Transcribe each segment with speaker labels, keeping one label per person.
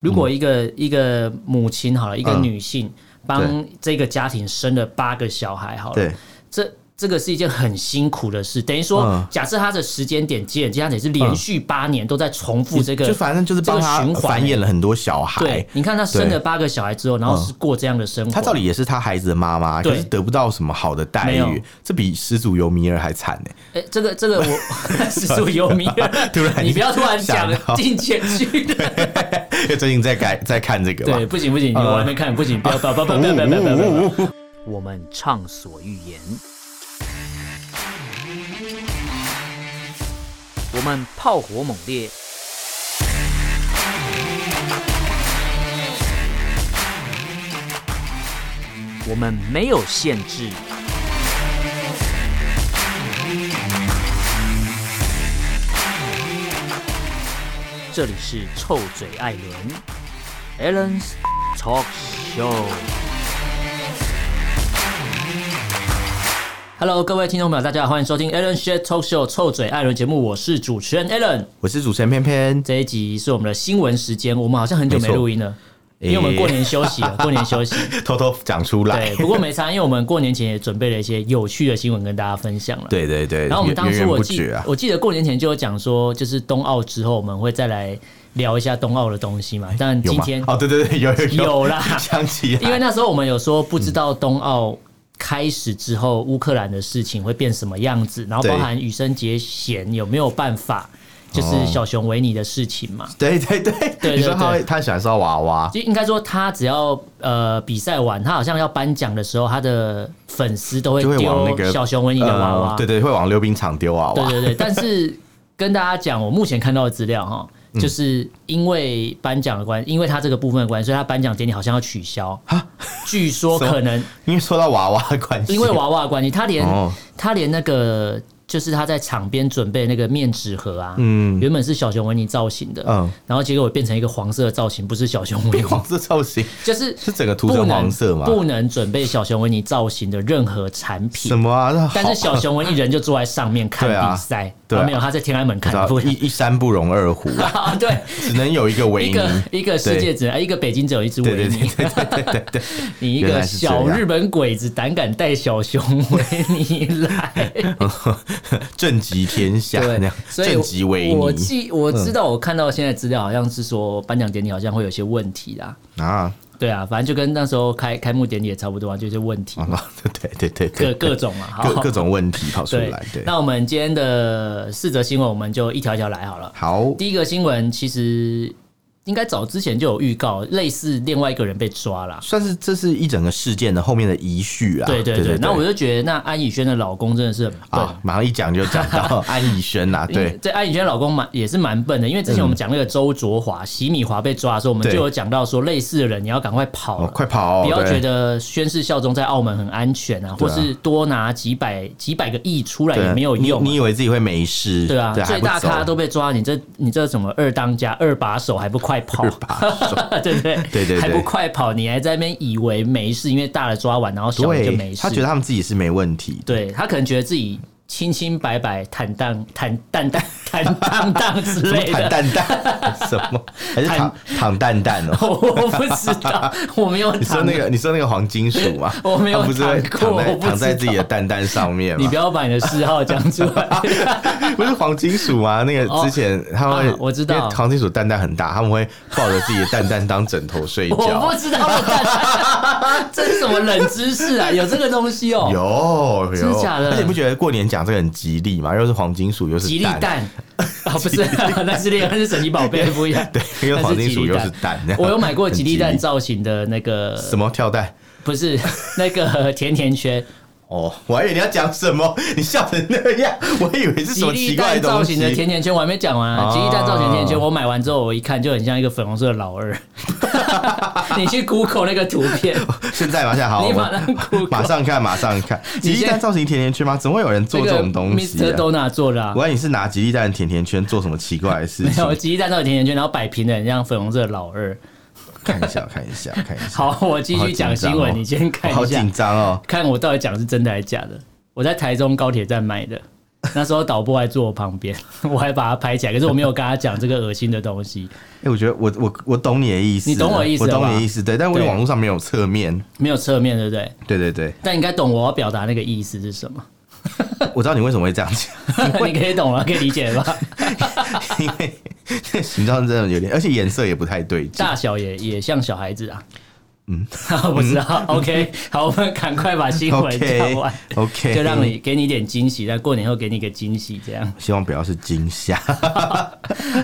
Speaker 1: 如果一个、一个母亲好了，一个
Speaker 2: 嗯
Speaker 1: 女性帮这个家庭生了八个小孩好了
Speaker 2: 对，
Speaker 1: 这这个是一件很辛苦的事。等于说
Speaker 2: 嗯，
Speaker 1: 假设她的时间点、节点、时间点是连续八年都在重复这个，
Speaker 2: 嗯就反正就是帮
Speaker 1: 这个
Speaker 2: 他
Speaker 1: 循环
Speaker 2: 繁衍了很多小孩
Speaker 1: 对，。你看她生
Speaker 2: 对
Speaker 1: 了八个小孩之后，然后是过这样的生活，
Speaker 2: 她照理也是她孩子的妈妈，
Speaker 1: 对
Speaker 2: 可是得不到什么好的待
Speaker 1: 没有
Speaker 2: 遇，这比始祖尤米尔还惨 呢。
Speaker 1: 哎、这个这个 我是属于有名的，
Speaker 2: 突 然
Speaker 1: 你不要突然讲
Speaker 2: 想到
Speaker 1: 进前 去的，
Speaker 2: 因为最近在改在看这个嘛
Speaker 1: 对，，不行不行，我还没看，不行，不要不要不要不要不要不要不要不要不要，我们畅所欲言，我们炮火猛烈，我们没有限制。这里是臭嘴艾伦 a l l e n s Talk Show。Hello，各位听众朋友，大家好，欢迎收听 Alan s h a t Talk Show 臭嘴艾伦节目，我是主持人 Alan。
Speaker 2: 我是主持人偏偏，
Speaker 1: 这一集是我们的新闻时间，我们好像很久没
Speaker 2: 没错
Speaker 1: 录音了，因为我们过年休息了，过年 休息。
Speaker 2: 偷偷讲出来
Speaker 1: 对，。不过没差，因为我们过年前也准备了一些有趣的新闻跟大家分享了。
Speaker 2: 对对对，
Speaker 1: 然后我们当
Speaker 2: 源
Speaker 1: 初
Speaker 2: 源
Speaker 1: 我
Speaker 2: 不
Speaker 1: 记
Speaker 2: 绝啊，
Speaker 1: 我记得过年前就有讲说，就是冬奥之后我们会再来聊一下冬奥的东西嘛。但
Speaker 2: 有
Speaker 1: 今
Speaker 2: 吗
Speaker 1: 天？
Speaker 2: 哦，对对对，有有
Speaker 1: 有啦
Speaker 2: 想起来，
Speaker 1: 因为那时候我们有说不
Speaker 2: 嗯
Speaker 1: 知道冬奥开始之后乌克兰的事情会变什么样子，然后
Speaker 2: 对
Speaker 1: 包含羽生结弦有没有办法，
Speaker 2: 哦
Speaker 1: 就是小熊维尼的事情嘛。
Speaker 2: 对对
Speaker 1: 对
Speaker 2: 对，你说他会他喜欢烧娃娃，
Speaker 1: 就应该说，他只要呃比赛完，他好像要颁奖的时候，他的粉丝都会
Speaker 2: 就会往那
Speaker 1: 丢
Speaker 2: 个
Speaker 1: 小熊维尼的娃娃。
Speaker 2: 呃对对，会往溜冰场丢娃
Speaker 1: 对
Speaker 2: 娃，
Speaker 1: 对对，但是跟大家讲，我目前看到的资料哈，
Speaker 2: 嗯
Speaker 1: 就是因为颁奖的关，因为他这个部分的关系，所以他颁奖典礼好像要取消。据说
Speaker 2: 什么
Speaker 1: 可能
Speaker 2: 因为说到娃娃的关系，
Speaker 1: 因为娃娃的关系，他连、
Speaker 2: 啊哦
Speaker 1: 他连那个就是他在场边准备那个面纸盒啊，
Speaker 2: 嗯
Speaker 1: 原本是小熊维尼造型的，
Speaker 2: 嗯
Speaker 1: 然后结果变成一个黄色的造型，不是小熊维尼
Speaker 2: 变， 黄色造型，
Speaker 1: 就是
Speaker 2: 是整个涂
Speaker 1: 不
Speaker 2: 成
Speaker 1: 能
Speaker 2: 黄色吗？
Speaker 1: 不能准备小熊维尼造型的任何产品
Speaker 2: 什。么啊？那好
Speaker 1: 但是小熊维尼人就坐在上面看
Speaker 2: 对啊
Speaker 1: 比赛，
Speaker 2: 对啊
Speaker 1: 啊没有他在天安门看，
Speaker 2: 知道
Speaker 1: 不
Speaker 2: 一一山不容二虎啊，
Speaker 1: 啊，对，
Speaker 2: 只能有一个维
Speaker 1: 一
Speaker 2: 尼。
Speaker 1: 个一个世界只能一个北京只有一只维
Speaker 2: 对对对
Speaker 1: 尼，
Speaker 2: 对对对对，
Speaker 1: 你一
Speaker 2: 原
Speaker 1: 个
Speaker 2: 来是这
Speaker 1: 小
Speaker 2: 样
Speaker 1: 日本鬼子胆敢带小熊维尼来，
Speaker 2: 正极天下 那
Speaker 1: 对
Speaker 2: 样，，
Speaker 1: 所以
Speaker 2: 正极维
Speaker 1: 我
Speaker 2: 尼嗯
Speaker 1: 记我知道，我看到现在资料好像是说颁奖典礼好像会有些问题啦。
Speaker 2: 啊！
Speaker 1: 对啊，反正就跟那时候开开幕典礼也差不多啊，就是问题
Speaker 2: 啊，对对对
Speaker 1: 各
Speaker 2: 对，
Speaker 1: 各种嘛，好
Speaker 2: 各各种问题跑出
Speaker 1: 对
Speaker 2: 来，对，
Speaker 1: 那我们今天的四则新闻，我们就一条一条来好了。
Speaker 2: 好，
Speaker 1: 第一个新闻其实应该早之前就有预告，类似另外一个人被抓啦。
Speaker 2: 算是这是一整个事件的后面的遗绪啊。
Speaker 1: 对对
Speaker 2: 对
Speaker 1: 对，那我就觉得那安以轩的老公真的是很笨。
Speaker 2: 啊，马上一讲就讲到 安以轩啦，
Speaker 1: 因为
Speaker 2: 对，嗯
Speaker 1: 这安以轩的老公蛮也是蛮笨的，因为之前我们讲那个周卓华、洗米华被抓的时候，我们
Speaker 2: 对
Speaker 1: 就有讲到说，类似的人你要赶快跑
Speaker 2: 哦，
Speaker 1: 了，
Speaker 2: 快跑哦，
Speaker 1: 不要
Speaker 2: 对
Speaker 1: 觉得宣誓效忠在澳门很安全啊，或
Speaker 2: 对啊
Speaker 1: 是多拿几百几百个亿出来
Speaker 2: 对
Speaker 1: 也没有用啊、
Speaker 2: 你你以为自己会没事，
Speaker 1: 对啊，
Speaker 2: 还
Speaker 1: 最
Speaker 2: 不
Speaker 1: 大咖
Speaker 2: 走
Speaker 1: 都被抓，你这你这什么二当家、二把手还不快跑？ 对不对？
Speaker 2: 对对
Speaker 1: 还不快跑，你还在那边以为没事，因为大的抓完，然后 小的就没
Speaker 2: 对，
Speaker 1: 事。
Speaker 2: 他觉得他们自己是没问题，
Speaker 1: 对他可能觉得自己清清白白、坦荡、坦淡淡、坦荡荡 之
Speaker 2: 什么
Speaker 1: 类
Speaker 2: 坦
Speaker 1: 的。
Speaker 2: 蛋蛋， 什么还是躺躺蛋蛋哦？
Speaker 1: 我不知道，我没有
Speaker 2: 你说
Speaker 1: 躺
Speaker 2: 那个，你说那个黄金鼠吗
Speaker 1: ？我没有
Speaker 2: 它不是会
Speaker 1: 躺过
Speaker 2: 躺在
Speaker 1: 我不知道
Speaker 2: 躺在自己的蛋蛋上面
Speaker 1: 你
Speaker 2: 吗
Speaker 1: 不？要把你的嗜好讲出来。
Speaker 2: 不是黄金鼠 吗？那个之前他
Speaker 1: 啊
Speaker 2: 会，
Speaker 1: 我知道
Speaker 2: 因为黄金鼠蛋蛋很大，他们会抱着自己的蛋蛋当枕头 睡
Speaker 1: 我不
Speaker 2: 觉。
Speaker 1: 知道我干，这是什么冷知识啊？有这个东西哦、
Speaker 2: 有
Speaker 1: 真的
Speaker 2: 有，
Speaker 1: 假的
Speaker 2: 而且你不觉得过年讲这个很吉利吗？又是黄金鼠，又是
Speaker 1: 吉利蛋啊，不是， 那是另外那是神奇宝贝不一样。
Speaker 2: 对，因为
Speaker 1: 那
Speaker 2: 黄
Speaker 1: 是
Speaker 2: 金
Speaker 1: 吉
Speaker 2: 鼠
Speaker 1: 利
Speaker 2: 又
Speaker 1: 蛋
Speaker 2: 是蛋。那样
Speaker 1: 我有买过
Speaker 2: 很
Speaker 1: 吉利蛋
Speaker 2: 利
Speaker 1: 造型的那个，
Speaker 2: 什么跳蛋？
Speaker 1: 不是那个甜甜圈，
Speaker 2: 哦，我还以为你要讲什么，你笑成那样， 我以为是 什
Speaker 1: 吉
Speaker 2: 么
Speaker 1: 利
Speaker 2: 奇怪
Speaker 1: 蛋
Speaker 2: 的
Speaker 1: 造
Speaker 2: 东西。
Speaker 1: 型的甜甜圈，我还没讲完啊。
Speaker 2: 哦
Speaker 1: 吉利蛋造型的甜甜圈，我买完之后，我一看就很像一个粉红色的老 二。 你去 Google 那个图片，
Speaker 2: 现在马上好，
Speaker 1: 你
Speaker 2: 我
Speaker 1: 马上
Speaker 2: 们
Speaker 1: Google
Speaker 2: 马上看，马上看。
Speaker 1: 你
Speaker 2: 吉利
Speaker 1: 先
Speaker 2: 蛋造型甜甜圈吗？怎么会有人 做
Speaker 1: 那
Speaker 2: 这
Speaker 1: 个
Speaker 2: 种东西、
Speaker 1: Mr.
Speaker 2: 啊？
Speaker 1: Donut 做的啊
Speaker 2: 我。以为你是拿吉利蛋的甜甜圈做什么奇怪的事
Speaker 1: 没有
Speaker 2: 情？
Speaker 1: 吉利蛋造型甜甜圈，然后摆平的很像粉红色的老二。
Speaker 2: 看一下，看一下，看一下。
Speaker 1: 好，我继
Speaker 2: 我好
Speaker 1: 续
Speaker 2: 紧
Speaker 1: 讲新
Speaker 2: 张
Speaker 1: 闻，
Speaker 2: 哦
Speaker 1: 你先看
Speaker 2: 我好
Speaker 1: 一下
Speaker 2: 紧。张哦。
Speaker 1: 看我到底讲的是真的还是假的。我在台中高铁站买的，那时候导播还坐我旁边， 我还把他拍起来，可是我没有跟他讲这个恶心的东西，
Speaker 2: 哎、我觉得我我我懂你的意思，啊
Speaker 1: 你懂我的意思
Speaker 2: 我
Speaker 1: 了吧
Speaker 2: 懂你的意思，对，但我
Speaker 1: 对
Speaker 2: 网络上没有侧面，
Speaker 1: 没有侧面，对不对？
Speaker 2: 对 对对，
Speaker 1: 但你应该懂我要表达那个意思是 什么，
Speaker 2: 我知道你为什么会这样讲，
Speaker 1: 你可以懂 了，可以理解了吧？
Speaker 2: 因为形状真的有点，而且颜色也不太对劲，
Speaker 1: 大小也也像小孩子啊。 嗯，不知道。OK，好，我们赶快把 新闻讲完
Speaker 2: OK，OK
Speaker 1: 就让你给你一点惊喜，在过年后给你一个惊喜，这样。
Speaker 2: 希望不要是惊吓，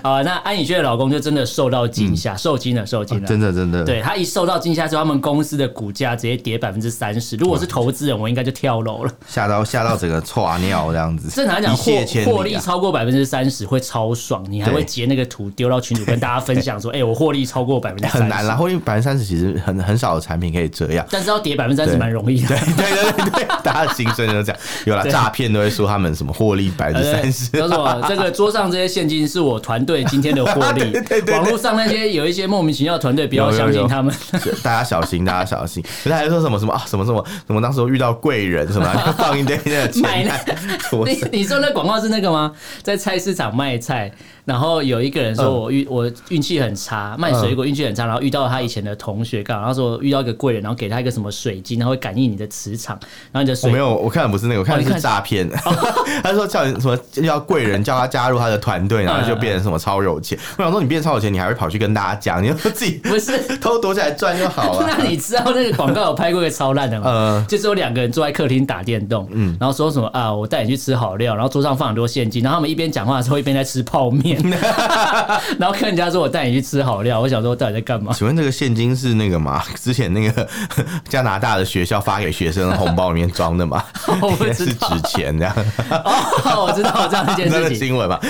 Speaker 1: 好 啊，那安以轩的老公就真的受到惊吓，受惊了，受惊了。
Speaker 2: 嗯啊真的真的，
Speaker 1: 对他一受到惊吓之后，他们公司的股价直接跌百分之三十。如果是投资人，我应该就跳楼了。
Speaker 2: 吓到吓到整个错尿这样子，
Speaker 1: 正常来讲，
Speaker 2: 一
Speaker 1: 获
Speaker 2: 泻千
Speaker 1: 获
Speaker 2: 里
Speaker 1: 利
Speaker 2: 啊，
Speaker 1: 超过百分之三十会超爽，你还
Speaker 2: 对
Speaker 1: 会截那个图丢到群主跟大家分 享说：“哎、我获利超过百分之
Speaker 2: 很难
Speaker 1: 三十。
Speaker 2: 啦，”获利百分之三十其实很很少的产品可以这 样。
Speaker 1: 但是要跌百分之三十
Speaker 2: 对
Speaker 1: 蛮容易的。
Speaker 2: 对对对对，大家的心声就是这样。有啦，
Speaker 1: 对呃
Speaker 2: 诈骗都会说他们什么获利百分之三十，啊
Speaker 1: 叫做这个桌上这些现金是我团队今天的获利。
Speaker 2: 对对对对
Speaker 1: 网络上那些有一些莫名其妙的团队，不要
Speaker 2: 有有
Speaker 1: 相信
Speaker 2: 有
Speaker 1: 他们。
Speaker 2: 是大家小心，大家小心。可是还说什么什么啊，什么什么什么，当时我遇到贵人什么，就放一堆那个
Speaker 1: 买
Speaker 2: 钱
Speaker 1: 了
Speaker 2: 在桌上。
Speaker 1: 你你说那广告是那个吗？在菜市场卖菜，然后有一个人说
Speaker 2: 嗯
Speaker 1: 我运、我运气很差，卖水果运气很差，然后遇到他以前的同学，干嘛然后说遇到一个贵人，然后给他一个什么水晶，然后会感应你的磁场，然后你的
Speaker 2: 我
Speaker 1: 水
Speaker 2: 没有，我看的不是那个，我
Speaker 1: 哦
Speaker 2: 看的
Speaker 1: 你看哦
Speaker 2: 是诈骗。 他说叫你什么叫贵人，叫他加入他的团
Speaker 1: 嗯
Speaker 2: 队，然后就变成什么超有钱。我想说，你变超有钱，你还会跑去跟大家讲，你说自己
Speaker 1: 不是。
Speaker 2: 偷 躲起来赚就好了、
Speaker 1: 那你知道那个广告有拍过一个超烂的吗？
Speaker 2: 呃
Speaker 1: 就是有两个人坐在客厅打电动，
Speaker 2: 嗯
Speaker 1: 然后说什么啊，我带你去吃好料，然后桌上放很多现金，然后他们一边讲话的时候一边在吃泡 面，然后客人家说我带你去吃好料，我想说我到底在 干嘛？
Speaker 2: 请问这个现金是那个吗？ 之前那个加拿大的学校发给学生的红包里面装的吗？
Speaker 1: 我不知道
Speaker 2: 应该是纸钱这样，
Speaker 1: 哦，我知道我知道这件
Speaker 2: 那
Speaker 1: 事
Speaker 2: 个
Speaker 1: 情。
Speaker 2: 新闻吧，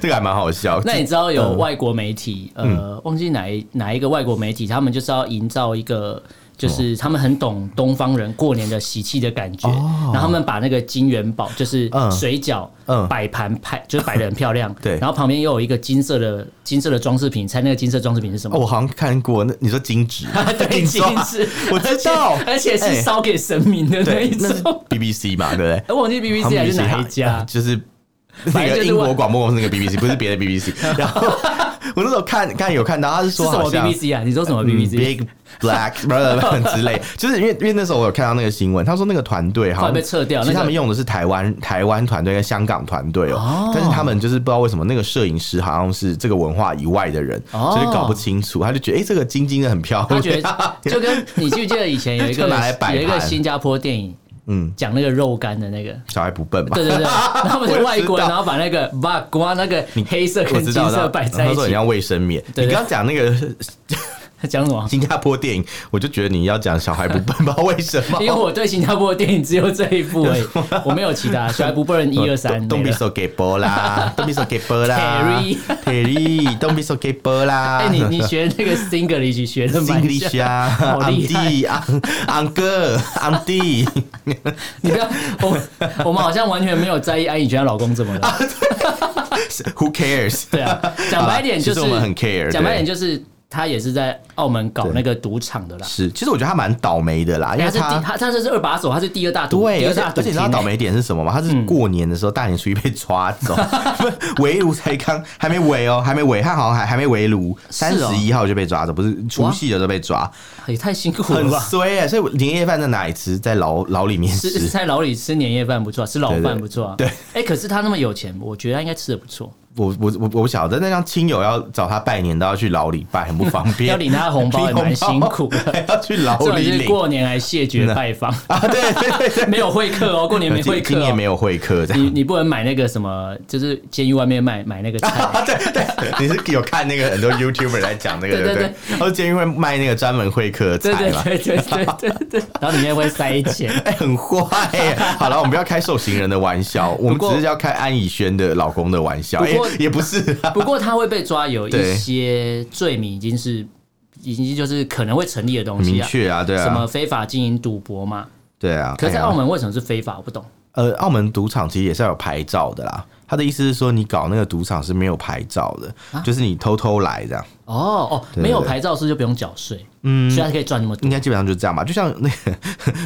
Speaker 2: 这个还蛮好笑。
Speaker 1: 那你知道
Speaker 2: 嗯
Speaker 1: 有外国媒体，呃，忘记哪一哪一个外国媒体，他们就是要营造一个。就是他们很懂东方人过年的喜气的感觉，然后他们把那个金元宝，就是
Speaker 2: 哦嗯
Speaker 1: 水饺
Speaker 2: 嗯
Speaker 1: 摆盘拍， 就是摆的很漂亮。
Speaker 2: 对
Speaker 1: 然后旁边又有一个金色的金色的装饰品，猜那个金色装饰品是什
Speaker 2: 哦，
Speaker 1: 么？，
Speaker 2: 我好像看过，那你说 金纸
Speaker 1: 对，金纸，
Speaker 2: 我知道
Speaker 1: 而且而且是
Speaker 2: 哎
Speaker 1: 烧给神明的那
Speaker 2: 对
Speaker 1: 一，
Speaker 2: 那是
Speaker 1: 种。
Speaker 2: BBC 嘛，对不对？
Speaker 1: 哎，忘记 BBC 还是
Speaker 2: 他们
Speaker 1: 哪
Speaker 2: BBC
Speaker 1: 一家？
Speaker 2: 就是
Speaker 1: 反
Speaker 2: 那
Speaker 1: 正就
Speaker 2: 个
Speaker 1: 是
Speaker 2: 英
Speaker 1: 外
Speaker 2: 国广播公司那个 BBC，不是别的 BBC。然后 我那时候看看有看到，他是
Speaker 1: 是
Speaker 2: 说
Speaker 1: 什么
Speaker 2: 好像
Speaker 1: BBC 啊？你说什么
Speaker 2: 嗯
Speaker 1: BBC？
Speaker 2: Big Black 不是不是之类，就是因为因为那时候我有看到那个新闻，他说那个团队好
Speaker 1: 后来
Speaker 2: 像
Speaker 1: 被撤掉
Speaker 2: 其实
Speaker 1: 那个
Speaker 2: 他们用的是台湾台湾团队跟香港团队
Speaker 1: 哦
Speaker 2: 哦，但是他们就是不知道为什么那个摄影师好像是这个文化以外的人，
Speaker 1: 哦
Speaker 2: 就是搞不清楚，他就觉得哎这个金金的很漂亮，
Speaker 1: 他觉 得就跟你记不记得以前有一个
Speaker 2: 啊就拿来摆
Speaker 1: 有一个
Speaker 2: 盘
Speaker 1: 新加坡电影
Speaker 2: 嗯
Speaker 1: 讲那个肉干的那 个，
Speaker 2: 小孩不笨嘛
Speaker 1: 对。对对，然后他们是外国
Speaker 2: 我知
Speaker 1: 人，
Speaker 2: 道
Speaker 1: 然后把那个把瓜那个黑色
Speaker 2: 我
Speaker 1: 跟
Speaker 2: 知
Speaker 1: 金
Speaker 2: 道，我知
Speaker 1: 色
Speaker 2: 道
Speaker 1: 摆在一
Speaker 2: 他说
Speaker 1: 起
Speaker 2: 你，要卫生棉。
Speaker 1: 对
Speaker 2: 你刚刚讲那个
Speaker 1: 讲什么？
Speaker 2: 新加坡电影，我就觉得你要讲小孩不笨，不知道为什么。
Speaker 1: 因为我对新加坡的电影只有这一 部而已，我没有其他。小孩不笨一二三，
Speaker 2: 东
Speaker 1: 没
Speaker 2: 比
Speaker 1: 了
Speaker 2: 手给 波啦，东比手给波啦
Speaker 1: Terry
Speaker 2: ，Terry，东比手给波啦。
Speaker 1: 哎，你你学那个 Singlish 学的蛮像
Speaker 2: English 啊，
Speaker 1: 好
Speaker 2: 昂
Speaker 1: 厉害
Speaker 2: 弟昂昂哥昂弟，
Speaker 1: 你不要我我们好像完全没有在意安以轩她老公怎么 了。
Speaker 2: 啊 Who cares？
Speaker 1: 对啊，讲白一点就是
Speaker 2: 其实我们很 care，
Speaker 1: 讲白一点就
Speaker 2: 对
Speaker 1: 是他也是在澳门搞
Speaker 2: 对
Speaker 1: 那个赌场的啦。
Speaker 2: 是，其实我觉得他蛮倒霉的啦，因
Speaker 1: 他
Speaker 2: 为
Speaker 1: 是第
Speaker 2: 他。
Speaker 1: 他哎他这是二把手，他是第二大赌，
Speaker 2: 对，
Speaker 1: 第
Speaker 2: 而
Speaker 1: 二
Speaker 2: 且
Speaker 1: 大赌
Speaker 2: 而且
Speaker 1: 厅
Speaker 2: 你知道倒霉点是什么吗？他
Speaker 1: 嗯
Speaker 2: 是过年的时候大年初一被抓走， 不围炉才刚还没围哦，还没围，他好像还还没围炉，
Speaker 1: 是
Speaker 2: 三
Speaker 1: 哦
Speaker 2: 十一号就被抓走，不是除夕的时候被抓，
Speaker 1: 也太辛苦了
Speaker 2: 很
Speaker 1: 吧？
Speaker 2: 衰哎、所以我年夜饭在哪里吃？在牢牢里面
Speaker 1: 是
Speaker 2: 吃，
Speaker 1: 在牢里吃年夜饭不错，吃牢
Speaker 2: 对
Speaker 1: 饭
Speaker 2: 对
Speaker 1: 不错啊。
Speaker 2: 对
Speaker 1: 哎，可是他那么有钱，我觉得他应该吃的不错，
Speaker 2: 我我我我不晓得，那让亲友要找他拜年都要去牢里拜，很不方便，
Speaker 1: 要领他的红 包也蛮辛苦的。
Speaker 2: 还 要去牢
Speaker 1: 重点
Speaker 2: 里
Speaker 1: 是
Speaker 2: 领
Speaker 1: 过年还谢绝拜访，
Speaker 2: 啊！对对 对
Speaker 1: 没有会客哦，过年没
Speaker 2: 对，
Speaker 1: 会
Speaker 2: 呃今
Speaker 1: 客哦
Speaker 2: 今年。没有会客这
Speaker 1: 你
Speaker 2: 样。
Speaker 1: 你不能买那个什么，就是监狱外面卖买那个菜，
Speaker 2: 啊，对对，你是有看那个很多 YouTuber 来讲那个，
Speaker 1: 对
Speaker 2: 对不
Speaker 1: 对
Speaker 2: 对？然后监狱会卖那个专门会客的
Speaker 1: 对
Speaker 2: 菜
Speaker 1: 对
Speaker 2: 嘛，
Speaker 1: 对对对对 对，然后里面会塞钱。
Speaker 2: 哎，很坏耶！好了，我们不要开受刑人的玩笑，我们
Speaker 1: 不过
Speaker 2: 只是要开安以轩的老公的玩笑，
Speaker 1: 不
Speaker 2: 哎
Speaker 1: 过
Speaker 2: 也不是啊，
Speaker 1: 不过他会被抓，有一
Speaker 2: 对
Speaker 1: 些罪名已经是已经就是可能会成立的东
Speaker 2: 很
Speaker 1: 西
Speaker 2: 明
Speaker 1: 啊，
Speaker 2: 确啊，对
Speaker 1: 什么
Speaker 2: 啊，
Speaker 1: 非法经营赌博嘛。
Speaker 2: 对啊。
Speaker 1: 可是，在
Speaker 2: 哎呀
Speaker 1: 澳门为什么是非法？我不懂。
Speaker 2: 呃，澳门赌场其实也是要有牌照的啦，他的意思是说，你搞那个赌场是没有牌照的，
Speaker 1: 啊
Speaker 2: 就是你偷偷来这样。
Speaker 1: 哦哦，
Speaker 2: 对
Speaker 1: 没有牌照是就不用缴税，嗯，所以他可以赚那么多
Speaker 2: 应。该基本上就是这样吧，就像那个，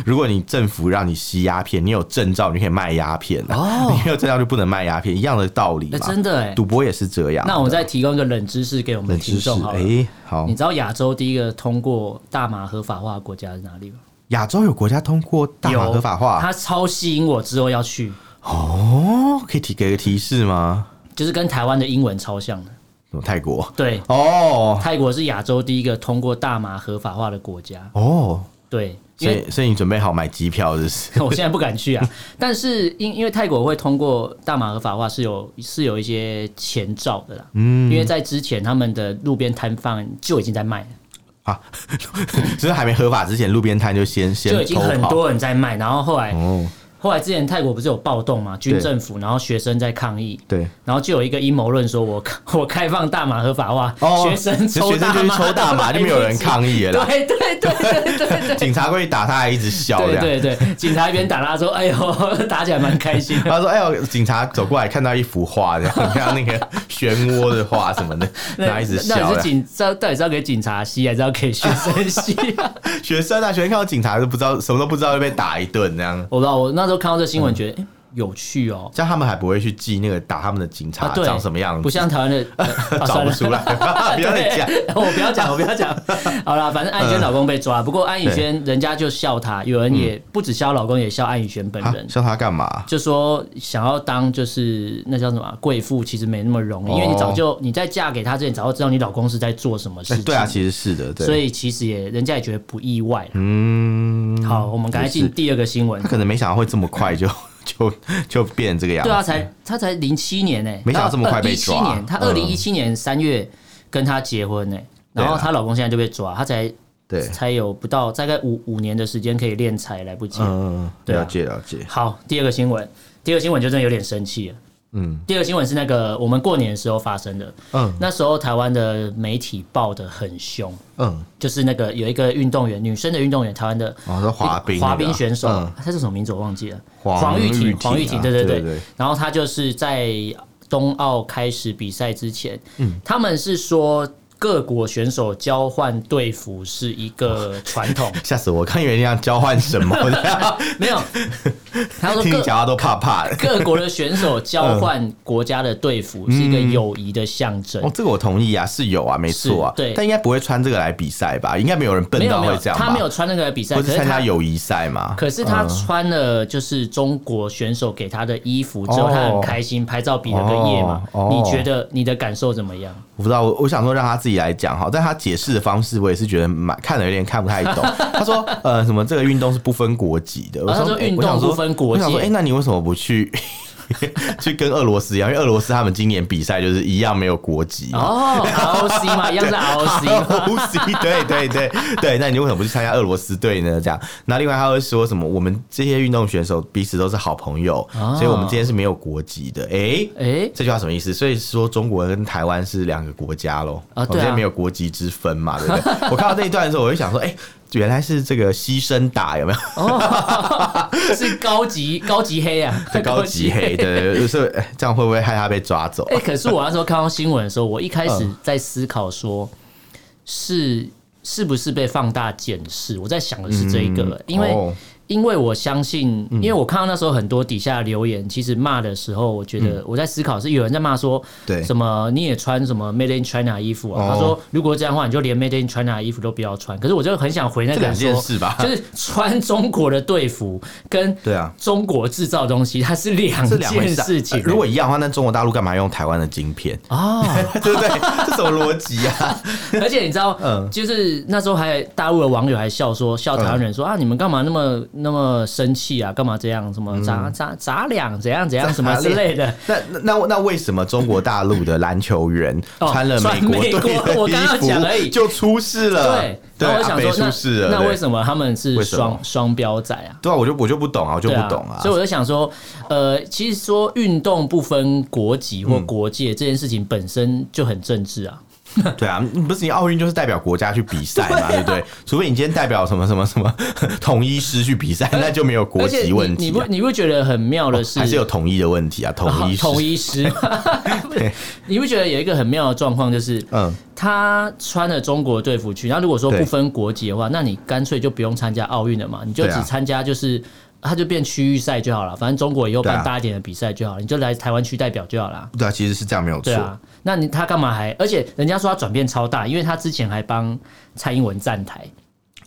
Speaker 2: 如果你政府让你吸鸦片，你有证照你就可以卖鸦片、啊，
Speaker 1: 哦
Speaker 2: 你没有证照就不能卖鸦片，一样的道理嘛。
Speaker 1: 哎，真的哎。
Speaker 2: 嗯赌博也是这样。
Speaker 1: 那我再提供一个冷知识给我们
Speaker 2: 冷
Speaker 1: 听
Speaker 2: 知识，
Speaker 1: 众好了。
Speaker 2: 哎，好
Speaker 1: 你，知道亚洲第一个通过大麻合法化的国家是哪里吗？
Speaker 2: 亚洲有国家通过大麻合法化
Speaker 1: 它超吸引我之后要去，
Speaker 2: 哦，可以提给个提示吗？
Speaker 1: 就是跟台湾的英文超像的。
Speaker 2: 什么泰国？
Speaker 1: 对，
Speaker 2: 哦
Speaker 1: 泰国是亚洲第一个通过大麻合法化的国家。
Speaker 2: 哦，
Speaker 1: 对，因
Speaker 2: 所
Speaker 1: 为
Speaker 2: 以所以你准备好买机票是不是？
Speaker 1: 我现在不敢去啊。但是因因为泰国会通过大麻合法化是有是有一些前兆的啦。嗯，因为在之前他们的路边摊贩就已经在卖了，
Speaker 2: 啊，只是还没合法之前，路边摊就先先
Speaker 1: 就已经
Speaker 2: 偷
Speaker 1: 很
Speaker 2: 跑
Speaker 1: 多人在卖，然后后来。
Speaker 2: 哦，
Speaker 1: 后来之前泰国不是有暴动嘛，军政府，然后学生在抗议，
Speaker 2: 对。
Speaker 1: 然后就有一个阴谋论说我，我开放大麻合法化，学 生抽
Speaker 2: 哦学生
Speaker 1: 大
Speaker 2: 就去
Speaker 1: 麻，
Speaker 2: 抽大麻，就没有人抗议了啦。
Speaker 1: 对对对对对对
Speaker 2: 警察过去打他，还一直笑这
Speaker 1: 对
Speaker 2: 样。
Speaker 1: 对对，警察一边打他说：“哎呦，打起来蛮开心的。
Speaker 2: 他说：“哎呦，警察走过来，看到一幅画，这样，看到那个漩涡的画什么的，
Speaker 1: 那”
Speaker 2: 然后一直
Speaker 1: 那
Speaker 2: 笑
Speaker 1: 你
Speaker 2: 这
Speaker 1: 是
Speaker 2: 样。
Speaker 1: 警，这到底是要给警察吸，还是要给学生 吸、
Speaker 2: 学生啊，学生看到警察都不知道，什么都不知道，就被打一顿这样。
Speaker 1: 我不知道，我那时候看到这
Speaker 2: 嗯
Speaker 1: 新闻，觉得、哎有趣哦。
Speaker 2: 像他们还不会去记那个打他们的警
Speaker 1: 啊
Speaker 2: 察，
Speaker 1: 对，
Speaker 2: 长什么样子，
Speaker 1: 不像台湾 的，呃啊算
Speaker 2: 找不
Speaker 1: 了
Speaker 2: 出 来。不要再讲，嗯
Speaker 1: 对 我不要讲，我不要讲。好啦，反正安以轩老公被抓，不过安以轩人家就笑他，有人也不止笑老公，也笑安以轩本
Speaker 2: 啊
Speaker 1: 人。
Speaker 2: 像他干嘛？
Speaker 1: 就说想要当就是那叫什么啊贵妇，其实没那么容易，因为你
Speaker 2: 哦
Speaker 1: 早就你在嫁给他之前，早就知道你老公是在做什么事
Speaker 2: 哎
Speaker 1: 情。
Speaker 2: 对啊，其实是的，
Speaker 1: 所
Speaker 2: 对。
Speaker 1: 以其实也人家也觉得不意外啦。
Speaker 2: 嗯，
Speaker 1: 好，我们赶快进第二个新闻
Speaker 2: 他。可能没想到会这么快就 就就变成这个样
Speaker 1: 对
Speaker 2: 子。
Speaker 1: 啊，才他才零七年呢、
Speaker 2: 没想到这么快被抓
Speaker 1: 17年，他二
Speaker 2: 嗯
Speaker 1: 零一七年三月跟她结婚呢、
Speaker 2: 对啊
Speaker 1: 然后她老公现在就被抓，她才
Speaker 2: 对，
Speaker 1: 才有不到大概五五年的时间可以练财，来不及。
Speaker 2: 嗯，
Speaker 1: 对啊
Speaker 2: 了解了解。
Speaker 1: 好，第二个新闻，第二个新闻就真的有点生气了。嗯，第二个新闻是那个我们过年的时候发生的，
Speaker 2: 嗯
Speaker 1: 那时候台湾的媒体报的很凶，
Speaker 2: 嗯，
Speaker 1: 就是那个有一个运动员，女生的运动员，台湾的
Speaker 2: 哦，说滑冰那个啊，
Speaker 1: 滑冰选手，
Speaker 2: 嗯
Speaker 1: 他是什么名字我忘记了，
Speaker 2: 黄
Speaker 1: 玉
Speaker 2: 玉
Speaker 1: 婷，
Speaker 2: 婷
Speaker 1: 黄玉婷，
Speaker 2: 啊
Speaker 1: 对对
Speaker 2: 对
Speaker 1: 对。
Speaker 2: 对
Speaker 1: 然后他就是在冬奥开始比赛之前，
Speaker 2: 嗯
Speaker 1: 他们是说各国选手交换队服是一个传 统，
Speaker 2: 吓死我！看以为你想交换 什么，
Speaker 1: 没 有，他说
Speaker 2: 听你
Speaker 1: 各
Speaker 2: 讲嗯话都怕怕的。
Speaker 1: 各国的选手交换国家的队服是一个友谊的象征
Speaker 2: 嗯哦，。这个我同意啊，是有啊，没错啊，
Speaker 1: 是对
Speaker 2: 但应该不会穿这个来比赛吧？应该没有人笨
Speaker 1: 没有
Speaker 2: 到
Speaker 1: 没有
Speaker 2: 会，这样吧？
Speaker 1: 他没有穿那个比赛，
Speaker 2: 不
Speaker 1: 可
Speaker 2: 是
Speaker 1: 是
Speaker 2: 参加
Speaker 1: 他
Speaker 2: 友谊赛嘛？
Speaker 1: 可是他穿了就是中国选手给他的衣服之后，
Speaker 2: 哦
Speaker 1: 他很开心，拍照比了个耶嘛。
Speaker 2: 哦哦
Speaker 1: 你觉得你的感受怎么样？
Speaker 2: 我不知道，我我想说让他自己来讲哈，但他解释的方式我也是觉得蛮看了有点看不 太懂。他说呃什么这个运动是不分国籍的，我
Speaker 1: 哦他
Speaker 2: 想
Speaker 1: 说
Speaker 2: 诶
Speaker 1: 运
Speaker 2: 我想
Speaker 1: 动
Speaker 2: 说
Speaker 1: 不分国
Speaker 2: 我想说，哎、
Speaker 1: 界，
Speaker 2: 那你为什么不去 去跟俄罗斯一样？因为俄罗斯他们今年比赛就是一样没有国籍 嘛。
Speaker 1: 哦，ROC 嘛， 一样是 ROC 嘛。
Speaker 2: OC 对对对对，那你为什么不去参加俄罗斯队呢？这样，那另外他会说什么？我们这些运动选手彼此都是好朋友，
Speaker 1: 哦
Speaker 2: 所以我们之间是没有国籍的。诶，
Speaker 1: 哎，
Speaker 2: 这句话什么意思？所以说中国跟台湾是两个国家喽，
Speaker 1: 啊对啊
Speaker 2: 我们之间没有国籍之分嘛，对不对？ 我看到这一段的时候，我就想说，诶，原来是这个牺牲 打有没有？
Speaker 1: 哦，是高级高级黑啊，
Speaker 2: 高级黑，对对对，就是诶这样会不会害他被抓走？
Speaker 1: 哎、可是我那时候看到新闻的时候，我一开始在思考说，是是不是被放大检视？我在想的是这一个、
Speaker 2: 嗯
Speaker 1: 因为、
Speaker 2: 哦
Speaker 1: 因为我相信，
Speaker 2: 嗯
Speaker 1: 因为我看到那时候很多底下留言，其实骂的时候，我觉得我在思考是有人在骂说，
Speaker 2: 嗯对
Speaker 1: 什么你也穿什么 Made in China 衣服啊？
Speaker 2: 哦
Speaker 1: 他说如果这样的话，你就连 Made in China 衣服都不要穿。可是我就很想回那
Speaker 2: 这
Speaker 1: 个
Speaker 2: 两
Speaker 1: 人
Speaker 2: 件
Speaker 1: 说，
Speaker 2: 事吧，
Speaker 1: 就是穿中国的队服跟
Speaker 2: 对啊
Speaker 1: 中国制造的东西，它是两
Speaker 2: 这两回
Speaker 1: 件
Speaker 2: 事啊、
Speaker 1: 事情、
Speaker 2: 呃如果一样的话，那中国大陆干嘛用台湾的 晶片？
Speaker 1: 啊。
Speaker 2: 对不对？这什么逻辑啊？
Speaker 1: 而且你知道，
Speaker 2: 嗯
Speaker 1: 就是那时候还大陆的网友还笑说，笑台湾人说、啊，你们干嘛那么那么生气啊？干嘛这样？什么
Speaker 2: 嗯
Speaker 1: 砸砸砸两怎样怎样什么之类的。
Speaker 2: 那那那那为什么中国大陆的篮球员
Speaker 1: 哦
Speaker 2: 穿了美国队
Speaker 1: 穿美国我刚刚讲
Speaker 2: 的
Speaker 1: 而
Speaker 2: 衣
Speaker 1: 已
Speaker 2: 服就出事了？
Speaker 1: 对，
Speaker 2: 对，
Speaker 1: 然后我
Speaker 2: 阿
Speaker 1: 想
Speaker 2: 北
Speaker 1: 说
Speaker 2: 出事，
Speaker 1: 那
Speaker 2: 了。
Speaker 1: 那
Speaker 2: 对
Speaker 1: 为什么他们是
Speaker 2: 为什么
Speaker 1: 双双标仔啊？
Speaker 2: 对啊，我就我就不懂啊，我就不
Speaker 1: 对啊
Speaker 2: 懂啊。
Speaker 1: 所以我就想说，呃，其
Speaker 2: 嗯
Speaker 1: 实说运动不分国籍或国界、这件事情本身就很政治啊。
Speaker 2: 对啊，你不是你奥运就是代表国家去比赛
Speaker 1: 啊
Speaker 2: 嘛，对不对？除非你今天代表什么什么什么 统一师去比赛，那就没有国
Speaker 1: 而且
Speaker 2: 籍问
Speaker 1: 你你
Speaker 2: 题
Speaker 1: 不
Speaker 2: 啊。哦
Speaker 1: 你不觉得很妙的是，哦
Speaker 2: 还是有统一的问题啊，统一师
Speaker 1: 统一师， 不是你不觉得有一个很妙的状况就是，
Speaker 2: 嗯
Speaker 1: 他穿了中国队服去，那如果说
Speaker 2: 对
Speaker 1: 不分国籍的话，那你干脆就不用参加奥运了嘛，你就
Speaker 2: 对啊
Speaker 1: 只参加就是。呃他就变区域赛就好了，反正中国以后
Speaker 2: 对
Speaker 1: 办
Speaker 2: 啊
Speaker 1: 大一点的比赛就好了，你就来台湾区代表就好了。
Speaker 2: 对啊，其实是这样没有
Speaker 1: 对
Speaker 2: 错。
Speaker 1: 啊，那你他干嘛还？而且人家说他转变超大，因为他之前还帮蔡英文站台，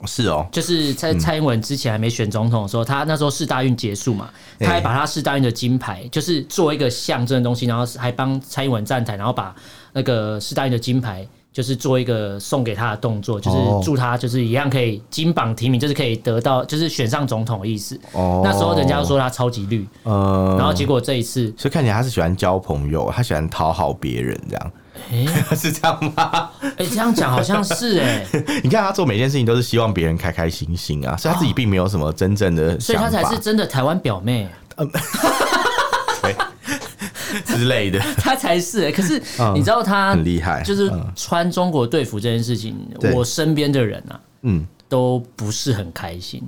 Speaker 2: 是哦，
Speaker 1: 就是蔡蔡英文之前还没选总统的时候，他那时候世大运结束嘛，
Speaker 2: 哎
Speaker 1: 他还把他世大运的金牌，就是做一个象征的东西，然后还帮蔡英文站台，然后把那个世大运的金牌。就是做一个送给他的动作，就是
Speaker 2: 哦
Speaker 1: 祝他就是一样可以金榜题名，就是可以得到就是选上总统的意思。
Speaker 2: 哦
Speaker 1: 那时候人家就说他超级绿，
Speaker 2: 呃，
Speaker 1: 然后结果这一次
Speaker 2: 所以看起来他是喜欢交朋友，他喜欢讨好别人，这样、 是这样吗？
Speaker 1: 哎、这样讲好像是哎、
Speaker 2: 你看他做每件事情都是希望别人开开心心啊，所以他自己并没有什么真正的
Speaker 1: 哦所以
Speaker 2: 想
Speaker 1: 他
Speaker 2: 法，
Speaker 1: 才是真的台湾表妹。
Speaker 2: 之 类的，
Speaker 1: 他才是、欸。可是
Speaker 2: 嗯
Speaker 1: 你知道他
Speaker 2: 很厉害
Speaker 1: 就是
Speaker 2: 嗯
Speaker 1: 穿中国队服这件事情，
Speaker 2: 对
Speaker 1: 我身边的人啊，
Speaker 2: 嗯。
Speaker 1: 都不是很开心。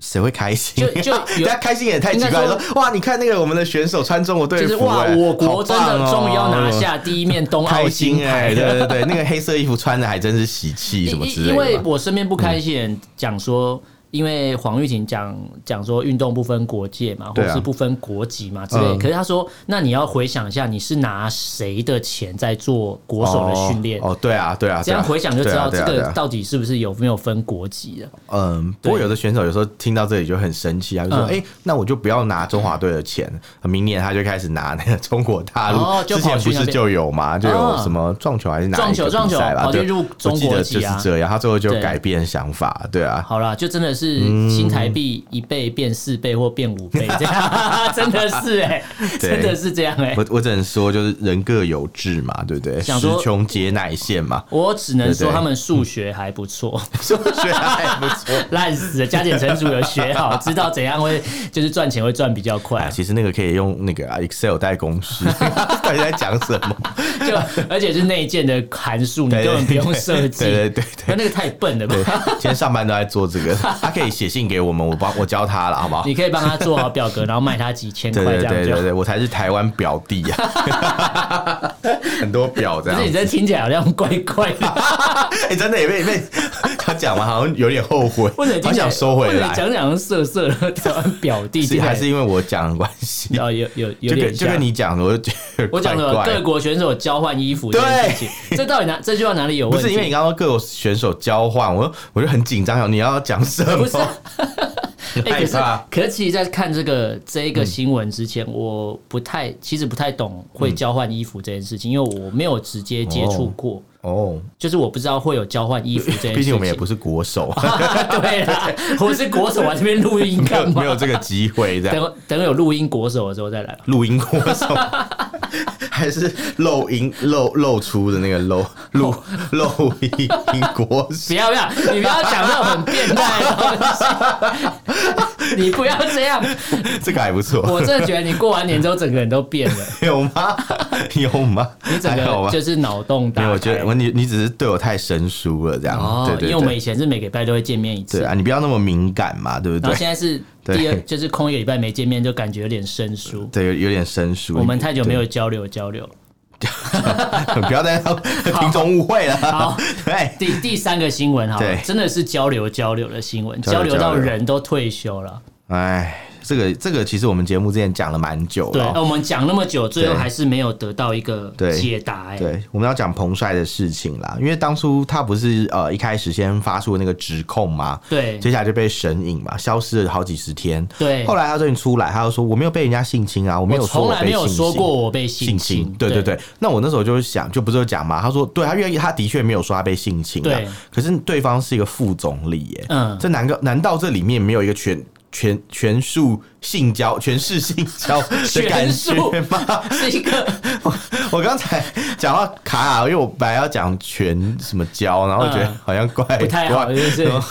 Speaker 2: 谁会开心？
Speaker 1: 就就有
Speaker 2: 大家开心也太奇怪了。
Speaker 1: 应该
Speaker 2: 说哇，你看那个我们的选手穿中国队
Speaker 1: 就是
Speaker 2: 服、
Speaker 1: 哇，
Speaker 2: 哎
Speaker 1: 我国真的
Speaker 2: 好棒哦
Speaker 1: 终于要拿下第一面 冬奥
Speaker 2: 开
Speaker 1: 金
Speaker 2: 心哎、
Speaker 1: 牌了。
Speaker 2: 对对对，那个黑色衣服穿的还真是喜气什
Speaker 1: 因
Speaker 2: 么之
Speaker 1: 因
Speaker 2: 类
Speaker 1: 因为
Speaker 2: 的吧。嗯
Speaker 1: 我身边不开心的人讲说，因为黄玉婷讲讲说运动不分国界嘛，或
Speaker 2: 对啊
Speaker 1: 者是不分国籍嘛之类的。
Speaker 2: 嗯
Speaker 1: 可是他说，那你要回想一下，你是拿谁的钱在做国手的训练？
Speaker 2: 哦哦，对啊，对啊，
Speaker 1: 这样
Speaker 2: 对啊
Speaker 1: 回想就知道
Speaker 2: 对
Speaker 1: 这
Speaker 2: 啊对啊对
Speaker 1: 个
Speaker 2: 啊
Speaker 1: 到底是不是有没有分国籍了。
Speaker 2: 嗯，不过
Speaker 1: 对
Speaker 2: 有的选手有时候听到这里就很生气啊，就说：“
Speaker 1: 嗯
Speaker 2: 哎、那我就不要拿中华队的钱，明年他就开始拿那个中国大陆。
Speaker 1: 哦就
Speaker 2: 之
Speaker 1: 跑
Speaker 2: 前
Speaker 1: 去
Speaker 2: 不是
Speaker 1: 那边
Speaker 2: 就有嘛，就有
Speaker 1: 哦
Speaker 2: 什么撞球还是哪
Speaker 1: 撞
Speaker 2: 一个
Speaker 1: 球撞
Speaker 2: 比
Speaker 1: 球
Speaker 2: 赛吧？
Speaker 1: 跑去
Speaker 2: 对
Speaker 1: 入
Speaker 2: 我
Speaker 1: 中
Speaker 2: 记
Speaker 1: 国
Speaker 2: 得
Speaker 1: 籍
Speaker 2: 就是
Speaker 1: 啊
Speaker 2: 这样，他最后就
Speaker 1: 对
Speaker 2: 改变想法，对啊。
Speaker 1: 好啦，就真的是
Speaker 2: 嗯
Speaker 1: 新台币一倍变四倍或变五 倍这样，真的是哎、
Speaker 2: 对
Speaker 1: 真的是这样哎、
Speaker 2: 我我只能说，就是人各有志嘛，对不对？
Speaker 1: 想
Speaker 2: 时
Speaker 1: 说，
Speaker 2: 穷节乃现嘛
Speaker 1: 我只能
Speaker 2: 对
Speaker 1: 说
Speaker 2: 对
Speaker 1: 他们数学还不 错，
Speaker 2: 数学还不错。
Speaker 1: 烂死了。加减乘除有学好，知道怎样会就是赚钱会赚比较
Speaker 2: 哎，
Speaker 1: 快，
Speaker 2: 其实那个可以用那个啊 Excel 代 公式，到底在讲什么？
Speaker 1: 就而且是内建的函数，你
Speaker 2: 对对
Speaker 1: 根本不用设计。
Speaker 2: 对对对对
Speaker 1: 那那个太笨了吧？
Speaker 2: 今天上班都在做这 个，他可以写信给我们，我帮我教他了，好不好？
Speaker 1: 你可以帮他做好表格，然后卖他几千
Speaker 2: 对
Speaker 1: 块
Speaker 2: 对
Speaker 1: 这
Speaker 2: 对
Speaker 1: 样就
Speaker 2: 对
Speaker 1: 好。
Speaker 2: 对，我才是台湾表弟呀、 很多表这
Speaker 1: 可
Speaker 2: 样
Speaker 1: 是你。这听起来好像怪怪 的，
Speaker 2: 哎、真的也被 被他讲完，好像有点后悔
Speaker 1: 或者，
Speaker 2: 好想收回来。
Speaker 1: 讲讲色色的台湾表弟，
Speaker 2: 是
Speaker 1: 听起来
Speaker 2: 还是因为我讲的关系，
Speaker 1: 哦，有有有
Speaker 2: 就
Speaker 1: 点
Speaker 2: 跟就
Speaker 1: 像
Speaker 2: 跟。你讲的，我就觉得
Speaker 1: 我讲
Speaker 2: 怪
Speaker 1: 了
Speaker 2: 怪
Speaker 1: 各国选手交换衣服这件事情，这到 底哪这句话哪里有
Speaker 2: 不
Speaker 1: 问题？
Speaker 2: 是因为你刚刚说各国选手交换，我我就很紧张，想你要讲什么？
Speaker 1: 不是啊哎、
Speaker 2: 害
Speaker 1: 可是
Speaker 2: 怕
Speaker 1: 可是其实，在看这个这一个新闻之前，我不太其实不太懂会交换衣服这件事情，因为我没有直接接触过，
Speaker 2: 嗯哦，
Speaker 1: 就是我不知道会有交换衣服这件事情。
Speaker 2: 毕 竟我们也不是国手，
Speaker 1: 对啦，我是国手啊，这边录音
Speaker 2: 没有
Speaker 1: 干嘛？
Speaker 2: 没有这个机会这样。
Speaker 1: 等等有录音国手的时候再来吧。
Speaker 2: 录音国手， 还是漏音漏露出的那个漏露
Speaker 1: 哦
Speaker 2: 漏音国手？
Speaker 1: 不要不要，你不要讲那种很变态的东西，你 不要这样。
Speaker 2: 这个还不错，
Speaker 1: 我真的觉得你过完年之后整个人都变了，
Speaker 2: 有吗？有吗？
Speaker 1: 你整
Speaker 2: 还好
Speaker 1: 个
Speaker 2: 吗？
Speaker 1: 就是脑洞大
Speaker 2: 没
Speaker 1: 开。
Speaker 2: 有，我觉得我你你只是对我太生疏了，这样。
Speaker 1: 哦，
Speaker 2: 对
Speaker 1: 因
Speaker 2: 对
Speaker 1: 为我们
Speaker 2: 对，
Speaker 1: 以前是每个礼拜都会见面一次
Speaker 2: 对，啊，你不要那么敏感嘛，对不
Speaker 1: 然后
Speaker 2: 对？
Speaker 1: 现在是
Speaker 2: 对
Speaker 1: 第二，就是空一个礼拜没见面，就感觉有点生 疏。
Speaker 2: 对，有有点生疏。
Speaker 1: 我们太久没有交流交流。
Speaker 2: 对，不要再让听众误会了
Speaker 1: 好。
Speaker 2: 对，
Speaker 1: 第第三个新闻好了
Speaker 2: 对，
Speaker 1: 真的是交流交流的新闻，
Speaker 2: 交
Speaker 1: 交
Speaker 2: 流
Speaker 1: 流到
Speaker 2: 交流
Speaker 1: 人都退休了。
Speaker 2: 哎，这个这个其实我们节目之前讲了蛮久
Speaker 1: 对，
Speaker 2: 了
Speaker 1: 呃
Speaker 2: 哦。
Speaker 1: 我们讲那么久，最后
Speaker 2: 对
Speaker 1: 还是没有得到一个
Speaker 2: 对
Speaker 1: 解答。哎，
Speaker 2: 对，我们要讲彭帅的事情啦，因为当初他不是呃一开始先发出那个指控吗？
Speaker 1: 对
Speaker 2: 接下来就被神隐嘛，消失了好几十天。
Speaker 1: 对
Speaker 2: 后来他终于出来，他就说我没有被人家性侵啊，我没有
Speaker 1: 哎我
Speaker 2: 说
Speaker 1: 从来
Speaker 2: 被
Speaker 1: 没有
Speaker 2: 性
Speaker 1: 说
Speaker 2: 侵
Speaker 1: 过我被性
Speaker 2: 性侵
Speaker 1: 侵。，
Speaker 2: 对对对。那我那时候就想，就不是有讲嘛，他说对他愿意，他的确没有说他被性侵、啊，
Speaker 1: 对。
Speaker 2: 可是对方是一个副总理耶，
Speaker 1: 嗯
Speaker 2: 这难个难道这里面没有一个全全全数性交、全是性交的感
Speaker 1: 全
Speaker 2: 觉
Speaker 1: 数
Speaker 2: 吗？
Speaker 1: 是一个
Speaker 2: 我刚才讲到卡尔，因为我本来要讲全什么交，然后我觉得
Speaker 1: 嗯
Speaker 2: 好像怪、
Speaker 1: 不太好，
Speaker 2: 怪
Speaker 1: 就是
Speaker 2: 然后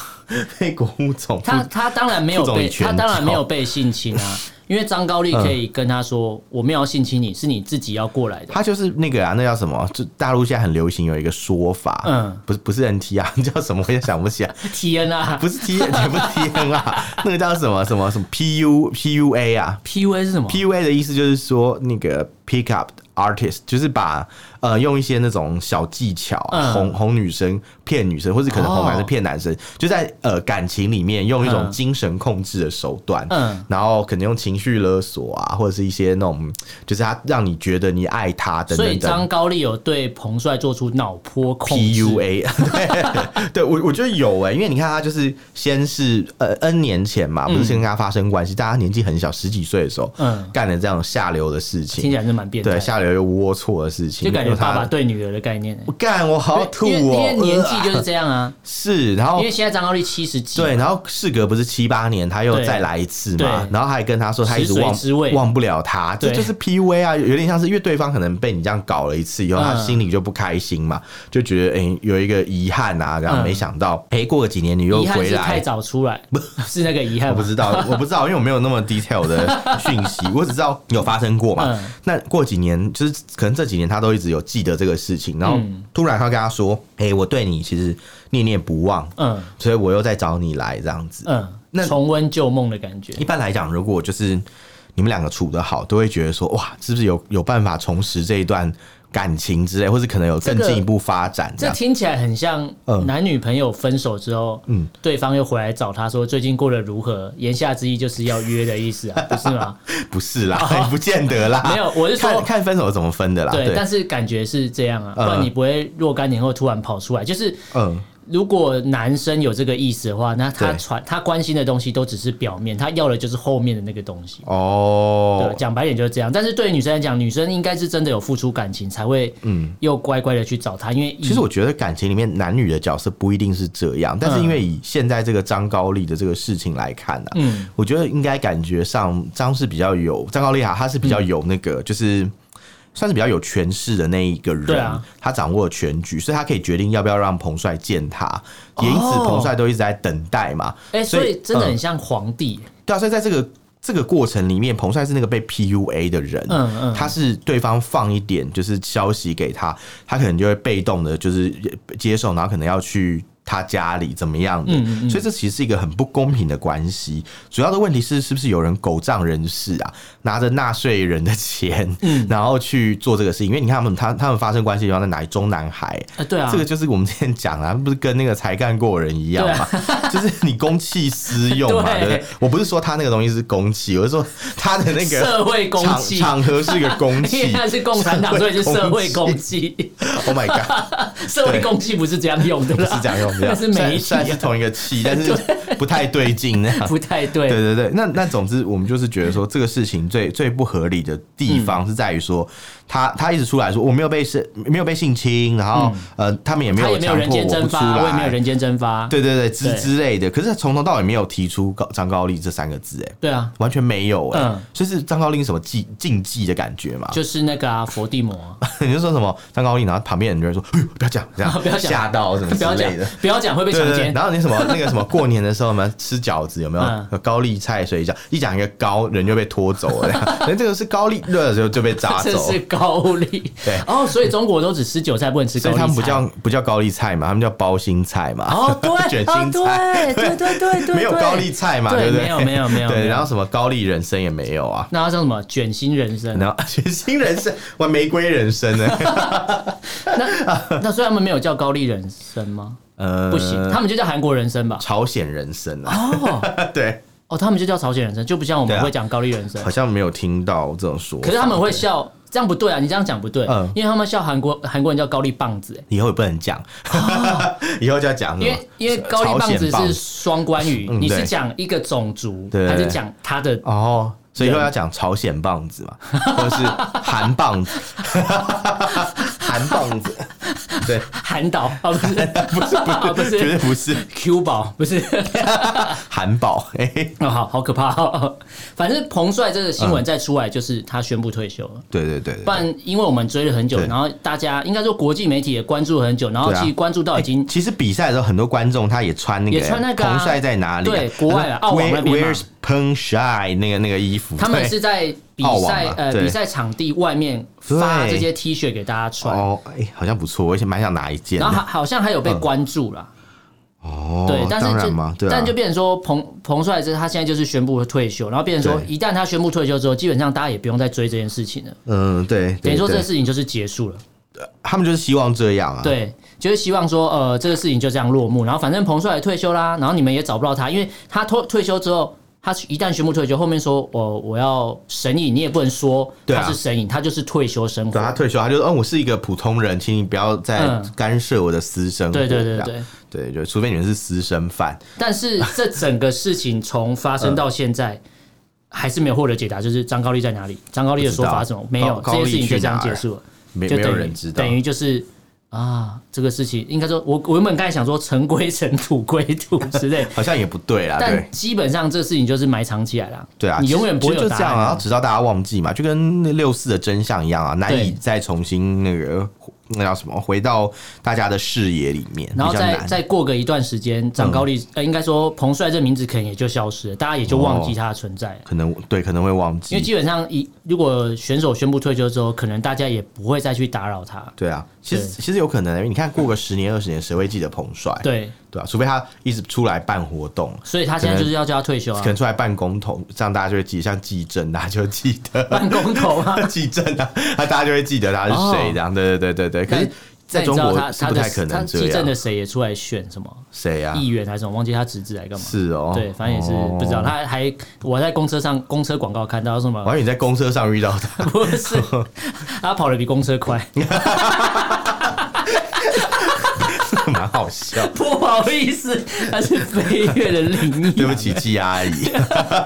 Speaker 2: 被国务总
Speaker 1: 他
Speaker 2: 副
Speaker 1: 他当然没有
Speaker 2: 副总理
Speaker 1: 被
Speaker 2: 全
Speaker 1: 他当然
Speaker 2: 照
Speaker 1: 没有被性侵啊，因为张高丽可以跟他说，我没有要性侵你，是你自己要过来的。
Speaker 2: 他就是那个啊，那叫什么？就大陆现在很流行有一个说法，嗯
Speaker 1: 嗯，
Speaker 2: 不是不是 NT 啊， 叫什么我也想不起来，
Speaker 1: T N 啊
Speaker 2: 嗯不是 T 也不是 T N 啊，那个叫什么什么什么 PU PUA 啊
Speaker 1: ，P U A 是什么？
Speaker 2: ，PUA 的意思就是说那个 pick up artist，就是把呃用一些那种小技巧啊、
Speaker 1: 嗯
Speaker 2: 哄哄女生、骗女生，或是可能
Speaker 1: 哦
Speaker 2: 哄男生骗男生，就在呃感情里面用一种
Speaker 1: 嗯
Speaker 2: 精神控制的手段，
Speaker 1: 嗯
Speaker 2: 然后可能用情绪勒索啊，或者是一些那种就是他让你觉得你爱他等
Speaker 1: 所以
Speaker 2: 等
Speaker 1: 张
Speaker 2: 等。
Speaker 1: 高丽有对彭帅做出脑波控制。
Speaker 2: PUA，对， 对我我觉得有哎、因为你看他就是先是呃 N 年前嘛，不是先跟他发生关系，大家年纪很小，十几岁的时候，
Speaker 1: 嗯
Speaker 2: 干了这样下流的事情，
Speaker 1: 听起来是蛮变态
Speaker 2: 对，
Speaker 1: 的，
Speaker 2: 下流又龌龊的事情，
Speaker 1: 就感觉
Speaker 2: 用它
Speaker 1: 爸爸对女儿的概念欸。
Speaker 2: 我干，我好吐哦、
Speaker 1: 因为因为年纪
Speaker 2: 呃
Speaker 1: 就是这样啊，
Speaker 2: 是，然后
Speaker 1: 因为现在张高丽七十几，
Speaker 2: 对，然后事隔不是七八年，他又
Speaker 1: 对
Speaker 2: 再来一次
Speaker 1: 对
Speaker 2: 嘛，然后还跟他说他一直
Speaker 1: 食髓
Speaker 2: 忘
Speaker 1: 知味
Speaker 2: 忘不了他，这
Speaker 1: 对
Speaker 2: 就是 PUA 啊，有点像是因为对方可能被你这样搞了一次以后，他
Speaker 1: 嗯
Speaker 2: 心里就不开心嘛，就觉得哎、有一个遗憾啊，然后
Speaker 1: 嗯
Speaker 2: 没想到哎、过了几年你又
Speaker 1: 遗憾
Speaker 2: 回
Speaker 1: 是太
Speaker 2: 来。
Speaker 1: 早出来，是那个遗
Speaker 2: 我
Speaker 1: 憾
Speaker 2: 不
Speaker 1: 吧。
Speaker 2: 知道，我不知道，因为我没有那么 detail 的讯息，我只知道有发生过嘛。
Speaker 1: 嗯
Speaker 2: 那过几年，就是可能这几年他都一直有记得这个事情，然后
Speaker 1: 嗯
Speaker 2: 突然他跟他说：“哎、我对你其实念念不忘，
Speaker 1: 嗯
Speaker 2: 所以我又再找你来这样子。”
Speaker 1: 嗯
Speaker 2: 那，
Speaker 1: 重温旧梦的感觉
Speaker 2: 一。般来讲，如果就是你们两个处得好，都会觉得说哇，是不是有有办法重拾这一段感情之类，或是可能有更
Speaker 1: 这个
Speaker 2: 进一步发展这
Speaker 1: 这
Speaker 2: 样。
Speaker 1: 听起来很像
Speaker 2: 嗯
Speaker 1: 男女朋友分手之后，嗯，对方又回来找他说最近过得如何，言下之意就是要约的意思 啊，不是吗？
Speaker 2: 不是啦，不见得啦。
Speaker 1: 哦没有我是说
Speaker 2: 看看分手怎么分的啦。
Speaker 1: 对，
Speaker 2: 对
Speaker 1: 但，是感觉是这样啊，不然
Speaker 2: 嗯
Speaker 1: 你不会若干年后突然跑出来，就是
Speaker 2: 嗯，
Speaker 1: 如果男生有这个意思的话，那他
Speaker 2: 对
Speaker 1: 传他关心的东西都只是表面，他要的就是后面的那个东西。对，
Speaker 2: 哦，
Speaker 1: 讲白点就是这样。但是对于女生来讲，女生应该是真的有付出感情，才会嗯又乖乖的去找他，因为
Speaker 2: 其实我觉得感情里面男女的角色不一定是这样，但是因为以现在这个张高丽的这个事情来看呢、
Speaker 1: 嗯
Speaker 2: 我觉得应该感觉上张是比较有张高丽哈，他是比较有那个、就是。算是比较有权势的那一个
Speaker 1: 嗯对
Speaker 2: 人，
Speaker 1: 啊
Speaker 2: 他掌握了全局，所以他可以决定要不要让彭帅见他，也因此
Speaker 1: 哦
Speaker 2: 彭帅都一直在等待嘛。
Speaker 1: 哎、所以真的
Speaker 2: 嗯
Speaker 1: 很像皇帝、
Speaker 2: 对啊，所以在这个这个过程里面，彭帅是那个被 PUA 的人，
Speaker 1: 嗯嗯
Speaker 2: 他是对方放一点就是消息给他，他可能就会被动的，就是接受，然后可能要去。他家里怎么样的？
Speaker 1: 嗯嗯嗯
Speaker 2: 所以这其实是一个很不公平的关系。主要的问题是，是不是有人狗仗人势啊，拿着纳税人的钱，
Speaker 1: 嗯
Speaker 2: 然后去做这个事情？因为你看他们，他他们发生关系的地方在哪里？中南海，
Speaker 1: 啊，对啊，
Speaker 2: 这个就是我们之前讲的、 啊，不是跟那个才干过的人一样嘛？ 就是你公器私用嘛，
Speaker 1: 啊 对
Speaker 2: 对不对？我不是说他那个东西是公器，我是说他的 那个
Speaker 1: 社会公
Speaker 2: 场
Speaker 1: 器，哎
Speaker 2: 场合是一个 公
Speaker 1: 因为
Speaker 2: 器。
Speaker 1: 他是共产党，所以是社会
Speaker 2: 公
Speaker 1: 公器。
Speaker 2: Oh my god，
Speaker 1: 社会公器不是这样用的
Speaker 2: 不
Speaker 1: 啦，
Speaker 2: 是这样用，不是 这
Speaker 1: 那
Speaker 2: 样
Speaker 1: 是媒体啊
Speaker 2: 虽然虽然是同一个器， 但是不太对劲那样。
Speaker 1: 不太对。
Speaker 2: 对对对，那那总之，我们就是觉得说，这个事情最最不合理的地
Speaker 1: 嗯
Speaker 2: 方是在于说，他他一直出来说我没有被性没有被性侵，然后、呃，他们也没
Speaker 1: 嗯他也
Speaker 2: 有
Speaker 1: 没有
Speaker 2: 强
Speaker 1: 人
Speaker 2: 迫
Speaker 1: 间
Speaker 2: 我不
Speaker 1: 蒸
Speaker 2: 出
Speaker 1: 发，我也没
Speaker 2: 来
Speaker 1: 有，人间蒸发。
Speaker 2: 对对对之
Speaker 1: 对
Speaker 2: 之类的，可是从头到尾没有提出高张高丽这三个字，哎，
Speaker 1: 对啊，
Speaker 2: 完全没有哎、
Speaker 1: 嗯
Speaker 2: 所以是张高丽什么禁禁忌的感觉嘛？
Speaker 1: 就是那个啊，佛地魔啊，
Speaker 2: 你就说什么张高丽，然后旁边人就会说， 哎呦，不要讲，这样
Speaker 1: 不要讲
Speaker 2: 吓到什么
Speaker 1: 不
Speaker 2: 之
Speaker 1: 要讲
Speaker 2: 类的。，
Speaker 1: 不要讲会被
Speaker 2: 对
Speaker 1: 强
Speaker 2: 对对，
Speaker 1: 奸。
Speaker 2: 然后你什么 那个什么过年的时候嘛，吃饺子有没有？
Speaker 1: 嗯
Speaker 2: 有高丽菜水饺，一讲一个高，人就被拖走了， 人家这个是高丽，对，就就被抓
Speaker 1: 这
Speaker 2: 走
Speaker 1: 是。高丽
Speaker 2: 对
Speaker 1: 哦，所以中国都只吃韭菜，不能吃高
Speaker 2: 所以
Speaker 1: 丽菜。
Speaker 2: 他们不叫不叫高丽菜嘛，他们叫包心菜嘛，
Speaker 1: 哦，对
Speaker 2: 卷
Speaker 1: 哦
Speaker 2: 心菜，
Speaker 1: 对对对对对，
Speaker 2: 没有高丽菜嘛，
Speaker 1: 对
Speaker 2: 对不对？
Speaker 1: 没有没有没有没
Speaker 2: 对，
Speaker 1: 有
Speaker 2: 然后什么高丽人参也没有啊，
Speaker 1: 那它叫什么卷心人参？
Speaker 2: 然后 全新人生，玩玫瑰人生欸呢？
Speaker 1: 那那所以他们没有叫高丽人参吗？
Speaker 2: 呃
Speaker 1: 不行，他们就叫韩国人参吧。
Speaker 2: 朝鲜人生啊，
Speaker 1: 哦
Speaker 2: 对，
Speaker 1: 哦，他们就叫朝鲜人参，就不像我
Speaker 2: 对
Speaker 1: 们
Speaker 2: 啊
Speaker 1: 会讲高丽人参
Speaker 2: 好。像没有听到这种说法。
Speaker 1: 可是他们会 笑，这样不对啊！你这样讲不对，
Speaker 2: 嗯
Speaker 1: 因为他们笑韩国韩国人叫高丽棒子、欸
Speaker 2: 以后也不能讲，以后就要讲什
Speaker 1: 因
Speaker 2: 么
Speaker 1: 为因为高丽棒子
Speaker 2: 嗯朝鲜
Speaker 1: 是双关语，
Speaker 2: 嗯
Speaker 1: 你
Speaker 2: 对
Speaker 1: 是讲一个种族，
Speaker 2: 对
Speaker 1: 还是讲他的？
Speaker 2: 哦。所以以后要讲朝鲜 棒子嘛，或者是韩棒子，韩棒子，对，
Speaker 1: 韩导啊， 不是
Speaker 2: 不是
Speaker 1: 啊不
Speaker 2: 不
Speaker 1: 是
Speaker 2: 是，绝对不是
Speaker 1: Q 宝，不是
Speaker 2: 韩宝， 哎、嘿
Speaker 1: 哦，好好可怕、哦。反正彭帅这个新
Speaker 2: 嗯
Speaker 1: 闻再出来，就是他宣布退休了。
Speaker 2: 对对对对
Speaker 1: 不然，因为我们追了很久，
Speaker 2: 对
Speaker 1: 然后大家应该说国际媒体也关注了很久，然后
Speaker 2: 对啊
Speaker 1: 其实关注到已经、
Speaker 2: 其实比赛的时候，很多观众他也穿那个
Speaker 1: 也穿那个啊
Speaker 2: 彭帅在哪里啊？
Speaker 1: 对国外啊
Speaker 2: 他
Speaker 1: 澳
Speaker 2: 说
Speaker 1: 网那
Speaker 2: Where
Speaker 1: 边嘛
Speaker 2: Where's 彭帅那个那个衣服？
Speaker 1: 他们
Speaker 2: 对
Speaker 1: 是在比
Speaker 2: 澳网
Speaker 1: 赛
Speaker 2: 嘛
Speaker 1: 呃
Speaker 2: 对
Speaker 1: 比赛场地外面发
Speaker 2: 对
Speaker 1: 这些 T 恤给大家穿，
Speaker 2: 哦，哎、好像不错，我也蛮想拿一件的。
Speaker 1: 然后好好像还有被关注啦。
Speaker 2: 哦，
Speaker 1: 对，但是
Speaker 2: 当
Speaker 1: 就
Speaker 2: 然嘛，对啊，
Speaker 1: 但就变成说彭彭帅这他现在就是宣布退休，然后变成说
Speaker 2: 对
Speaker 1: 一旦他宣布退休之后，基本上大家也不用再追这件事情了，
Speaker 2: 嗯，对，
Speaker 1: 等于
Speaker 2: 对
Speaker 1: 说这
Speaker 2: 对
Speaker 1: 个事情就是结束了。
Speaker 2: 他们就是希望这样啊。，
Speaker 1: 对，就是希望说，呃，这个事情就这样落幕。然后反正彭帅也退休啦，然后你们也找不到他，因为他退退休之后，他一旦宣布退休，后面说我我要神隐，你也不能说
Speaker 2: 对啊
Speaker 1: 他是神隐，他就是退休生活
Speaker 2: 等。他退休，他就说嗯，我是一个普通人，请你不要再
Speaker 1: 嗯
Speaker 2: 干涉我的私生活。
Speaker 1: 对对
Speaker 2: 这
Speaker 1: 对
Speaker 2: 样
Speaker 1: 对，
Speaker 2: 对，就除非你们是私生饭。
Speaker 1: 但是这整个事情从发生到现在，还是没有获得解答，就是张高丽在哪里？张高丽的说法是什么？没有，
Speaker 2: 高
Speaker 1: 这件事情
Speaker 2: 高丽
Speaker 1: 就
Speaker 2: 去
Speaker 1: 这样
Speaker 2: 哪儿
Speaker 1: 结束了。
Speaker 2: 没
Speaker 1: 就
Speaker 2: 没
Speaker 1: 等
Speaker 2: 有
Speaker 1: 于
Speaker 2: 人知道，
Speaker 1: 等于就是啊，这个事情应该说，我我原本刚才想说尘归尘，土归土之 类，
Speaker 2: 好像也不啊对啦，
Speaker 1: 但
Speaker 2: 对
Speaker 1: 基本上这事情就是埋藏起来了。
Speaker 2: 对啊，
Speaker 1: 你永远不会
Speaker 2: 其实
Speaker 1: 有
Speaker 2: 就
Speaker 1: 答
Speaker 2: 这样
Speaker 1: 案
Speaker 2: 啊，然
Speaker 1: 啊
Speaker 2: 后。直到大家忘记嘛，就跟那六四的真相一样啊，难以
Speaker 1: 对
Speaker 2: 再重新那个那叫什么，回到大家的视野里面，
Speaker 1: 然后
Speaker 2: 比较
Speaker 1: 再
Speaker 2: 难嗯
Speaker 1: 再过个一段时间，张高丽、呃，应该说彭帅这名字可能也就消失了，大家也就忘
Speaker 2: 哦
Speaker 1: 记他的存在了。
Speaker 2: 可能对可能会忘
Speaker 1: 因为
Speaker 2: 记。
Speaker 1: 基本上一如果选手宣布退休之后，可能大家也不会再去打扰他。
Speaker 2: 对啊，其实其实有可能、因为你看过个十年二十年，谁会记得彭帅？
Speaker 1: 对，啊
Speaker 2: 对啊，除非他一直出来办活动，
Speaker 1: 所以他现在
Speaker 2: 可能
Speaker 1: 就是要叫他退休啊
Speaker 2: 可，能出来办公投，这样大家就会记，像纪政，大家就会记得
Speaker 1: 办公头啊。
Speaker 2: 纪政啊，那大家就会记得他是谁，这样、对对对对对。可是
Speaker 1: 哦那
Speaker 2: 在
Speaker 1: 你知
Speaker 2: 中
Speaker 1: 道
Speaker 2: 国
Speaker 1: 他
Speaker 2: 是
Speaker 1: 他
Speaker 2: 不
Speaker 1: 的
Speaker 2: 太可
Speaker 1: 他
Speaker 2: 能这
Speaker 1: 基政
Speaker 2: 样
Speaker 1: 的，谁也出来选什么
Speaker 2: 谁啊？
Speaker 1: 议员还是什么，忘记他侄子来干嘛。
Speaker 2: 是哦，
Speaker 1: 对，反正也是不知道。
Speaker 2: 哦
Speaker 1: 他还我在公车上公车广告看到什么
Speaker 2: 我，还以为你在公车上遇到他，
Speaker 1: 不 是，他跑得比公车快，
Speaker 2: 蛮好 笑。
Speaker 1: 不好意思，他是飞跃的领
Speaker 2: 对
Speaker 1: 域，
Speaker 2: 不起，季 阿姨，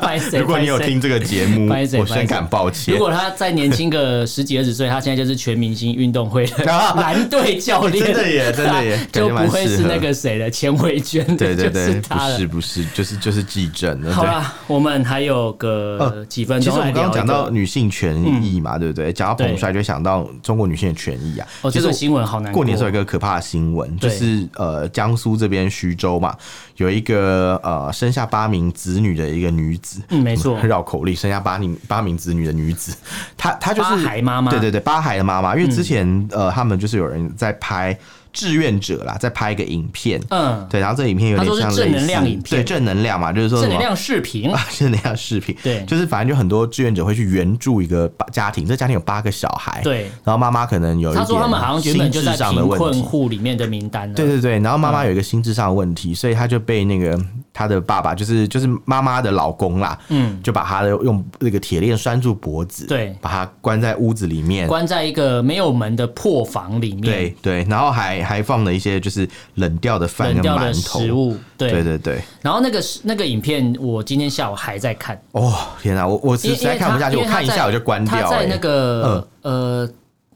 Speaker 1: 拍谁？
Speaker 2: 如果你有听这个节目，
Speaker 1: 不好意思
Speaker 2: 我
Speaker 1: 不好意
Speaker 2: 深
Speaker 1: 思
Speaker 2: 感抱
Speaker 1: 拍谁。
Speaker 2: 歉
Speaker 1: 如。果他再年轻个十几二十岁，他现在就是全明星运动会的 蓝队教练，
Speaker 2: 啊
Speaker 1: 啊
Speaker 2: 哦真的 耶真的耶感
Speaker 1: 就
Speaker 2: 觉蛮
Speaker 1: 不会是
Speaker 2: 适合
Speaker 1: 那个谁了，钱伟娟，
Speaker 2: 对对
Speaker 1: 就
Speaker 2: 对，
Speaker 1: 是
Speaker 2: 不
Speaker 1: 他了
Speaker 2: 是。不是，就是就是季正。
Speaker 1: 好
Speaker 2: 对，
Speaker 1: 啦，我们还有个
Speaker 2: 呃
Speaker 1: 几分
Speaker 2: 其
Speaker 1: 钟
Speaker 2: 实我
Speaker 1: 来
Speaker 2: 们
Speaker 1: 聊
Speaker 2: 刚
Speaker 1: 一
Speaker 2: 刚
Speaker 1: 个。
Speaker 2: 讲到女性权益嘛，对不对？讲到
Speaker 1: 嗯对
Speaker 2: 彭帅，就想到中国女性的权益啊。
Speaker 1: 哦，
Speaker 2: 其
Speaker 1: 这
Speaker 2: 实
Speaker 1: 个
Speaker 2: 我
Speaker 1: 新闻好难
Speaker 2: 过年的时候有一个可怕的新闻，就
Speaker 1: 对
Speaker 2: 是呃，江苏这边徐州嘛，有一个呃生下八名子女的一个女子，
Speaker 1: 嗯，没错，
Speaker 2: 绕口令，生下八名八名子女的女子，她她就是
Speaker 1: 八孩妈嗯妈
Speaker 2: 对对对，八孩的妈妈。因为之前、呃，他们就是有人在拍志愿者啦，在拍一个影片，
Speaker 1: 嗯，
Speaker 2: 对，然后这个影片有
Speaker 1: 他
Speaker 2: 点
Speaker 1: 说是
Speaker 2: 像
Speaker 1: 正
Speaker 2: 类似
Speaker 1: 能量影片
Speaker 2: 对正能量嘛，就是说
Speaker 1: 正
Speaker 2: 什
Speaker 1: 能
Speaker 2: 么
Speaker 1: 量视频，
Speaker 2: 正能量视频，
Speaker 1: 对
Speaker 2: 就是反正就很多志愿者会去援助一个家庭，这家庭有八个小孩，，
Speaker 1: 对。
Speaker 2: 然后妈妈可能有一
Speaker 1: 他
Speaker 2: 点
Speaker 1: 说他们好像原本
Speaker 2: 心
Speaker 1: 就
Speaker 2: 智
Speaker 1: 在
Speaker 2: 上的
Speaker 1: 贫
Speaker 2: 问
Speaker 1: 困
Speaker 2: 题，
Speaker 1: 户里面的名单了。
Speaker 2: 对对对，然后妈妈有一个心智上的问题，所以她就被那个她的爸爸，就是就是妈妈的老公啦，
Speaker 1: 嗯，
Speaker 2: 就把她的用那个铁链拴住脖子，
Speaker 1: 对
Speaker 2: 把她关在屋子里面，
Speaker 1: 关在一个没有门的破房里面，
Speaker 2: 对对，然后还还放了一些就是冷掉的饭
Speaker 1: 冷
Speaker 2: 跟
Speaker 1: 掉的
Speaker 2: 馒头，
Speaker 1: 食物，对。
Speaker 2: 对对对，
Speaker 1: 然后那个是那个影片，我今天下午还在看，
Speaker 2: 哦天哪，我我
Speaker 1: 因
Speaker 2: 实
Speaker 1: 为因
Speaker 2: 在
Speaker 1: 为
Speaker 2: 看不下
Speaker 1: 他
Speaker 2: 去，
Speaker 1: 因
Speaker 2: 我
Speaker 1: 为他
Speaker 2: 看一下
Speaker 1: 在
Speaker 2: 我就关掉、
Speaker 1: 他在
Speaker 2: 欸，嗯
Speaker 1: 那个、呃，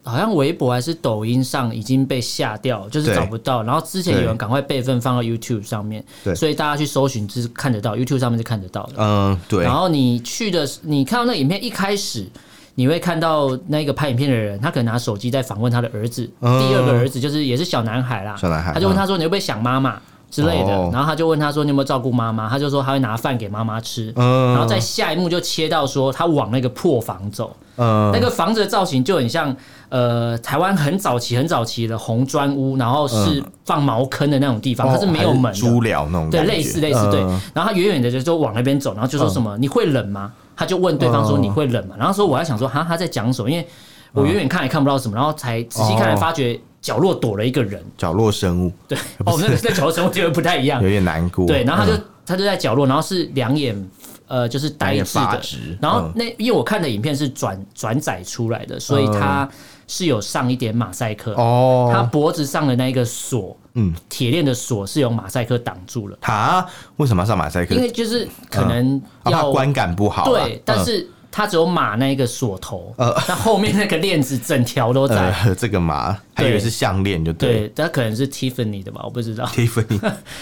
Speaker 1: 好像微博还是抖音上已经被下掉，就是
Speaker 2: 对
Speaker 1: 找不到。然后之前有
Speaker 2: 对
Speaker 1: 人赶快备份放到 YouTube 上面，
Speaker 2: 对
Speaker 1: 所以大家去搜寻是看得到，YouTube 上面是看得到的。
Speaker 2: 嗯对
Speaker 1: 然，后你去的时，你看到那个影片一开始，你会看到那个拍影片的人，他可能拿手机在访问他的儿子，
Speaker 2: 嗯
Speaker 1: 第二个儿子就是也是小男孩啦，
Speaker 2: 小男孩
Speaker 1: 他就问他说：“你会不会想妈妈？”之类的，
Speaker 2: 哦
Speaker 1: 然后他就问他说：“你有没有照顾妈妈？”他就说他会拿饭给妈妈吃，
Speaker 2: 嗯
Speaker 1: 然后在下一幕就切到说他往那个破房走，
Speaker 2: 嗯
Speaker 1: 那个房子的造型就很像呃台湾很早期很早期的红砖屋，然后是放茅坑的那种地方，它是没有
Speaker 2: 嗯哦还
Speaker 1: 门的，
Speaker 2: 猪寮那种
Speaker 1: 对，
Speaker 2: 感觉
Speaker 1: 类似类似对
Speaker 2: 嗯。
Speaker 1: 然后他远远的就就往那边走，然后就说什么、你会冷吗？他就问对方说
Speaker 2: 嗯
Speaker 1: 你会冷吗？然后说我还想说哈他在讲什么，因为我远远看也看不到什么，然后才仔细看才
Speaker 2: 哦
Speaker 1: 发觉角落躲了一个人。
Speaker 2: 角落生物
Speaker 1: 对，哦，那个那角落生活觉得不太一样
Speaker 2: 有。点难过，
Speaker 1: 对，然后他就、
Speaker 2: 嗯
Speaker 1: 他就在角落，然后是两眼呃就是呆
Speaker 2: 两眼
Speaker 1: 滞
Speaker 2: 发
Speaker 1: 的，
Speaker 2: 直，
Speaker 1: 然后
Speaker 2: 嗯
Speaker 1: 那因为我看的影片是转转载出来的，所以他是有上一点马赛克，
Speaker 2: 哦，
Speaker 1: 他脖子上的那一个锁，
Speaker 2: 嗯
Speaker 1: 铁链的锁是用马赛克挡住了，
Speaker 2: 他为什么要上马赛克
Speaker 1: 因？为就是可能
Speaker 2: 啊，怕
Speaker 1: 要
Speaker 2: 观感不好啊。
Speaker 1: 对，但
Speaker 2: 嗯
Speaker 1: 是它只有马那个锁头，那后面那个链子整条都在。
Speaker 2: 呃， 这个嘛，还以为是项链就对了。
Speaker 1: 对，它可能是 Tiffany 的吧，我不知道。
Speaker 2: Tiffany，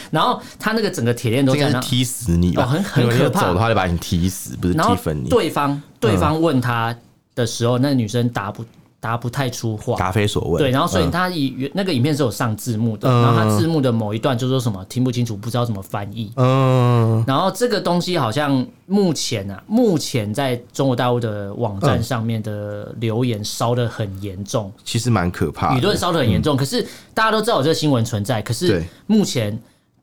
Speaker 1: 然后它那个整个铁链都
Speaker 2: 这应
Speaker 1: 在
Speaker 2: 该
Speaker 1: 那
Speaker 2: 是，踢死你吧？
Speaker 1: 哦很很
Speaker 2: 如果你
Speaker 1: 可怕
Speaker 2: 走的话就把你踢死，不是
Speaker 1: 然后
Speaker 2: Tiffany。
Speaker 1: 对方对方问他的时候，那女生答不答不太出话，
Speaker 2: 答非所问。
Speaker 1: 对，然后所以
Speaker 2: 嗯
Speaker 1: 他以原那个影片是有上字幕的，
Speaker 2: 嗯
Speaker 1: 然后他字幕的某一段就说什么听不清楚，不知道怎么翻译。
Speaker 2: 嗯，
Speaker 1: 然后这个东西好像目前啊，目前在中国大陆的网
Speaker 2: 嗯
Speaker 1: 站上面的留言烧得很严重，
Speaker 2: 其实蛮可怕
Speaker 1: 舆论
Speaker 2: 的。
Speaker 1: 烧得很严重。可是大家都知道有这个新闻存在，可是
Speaker 2: 嗯对
Speaker 1: 目前。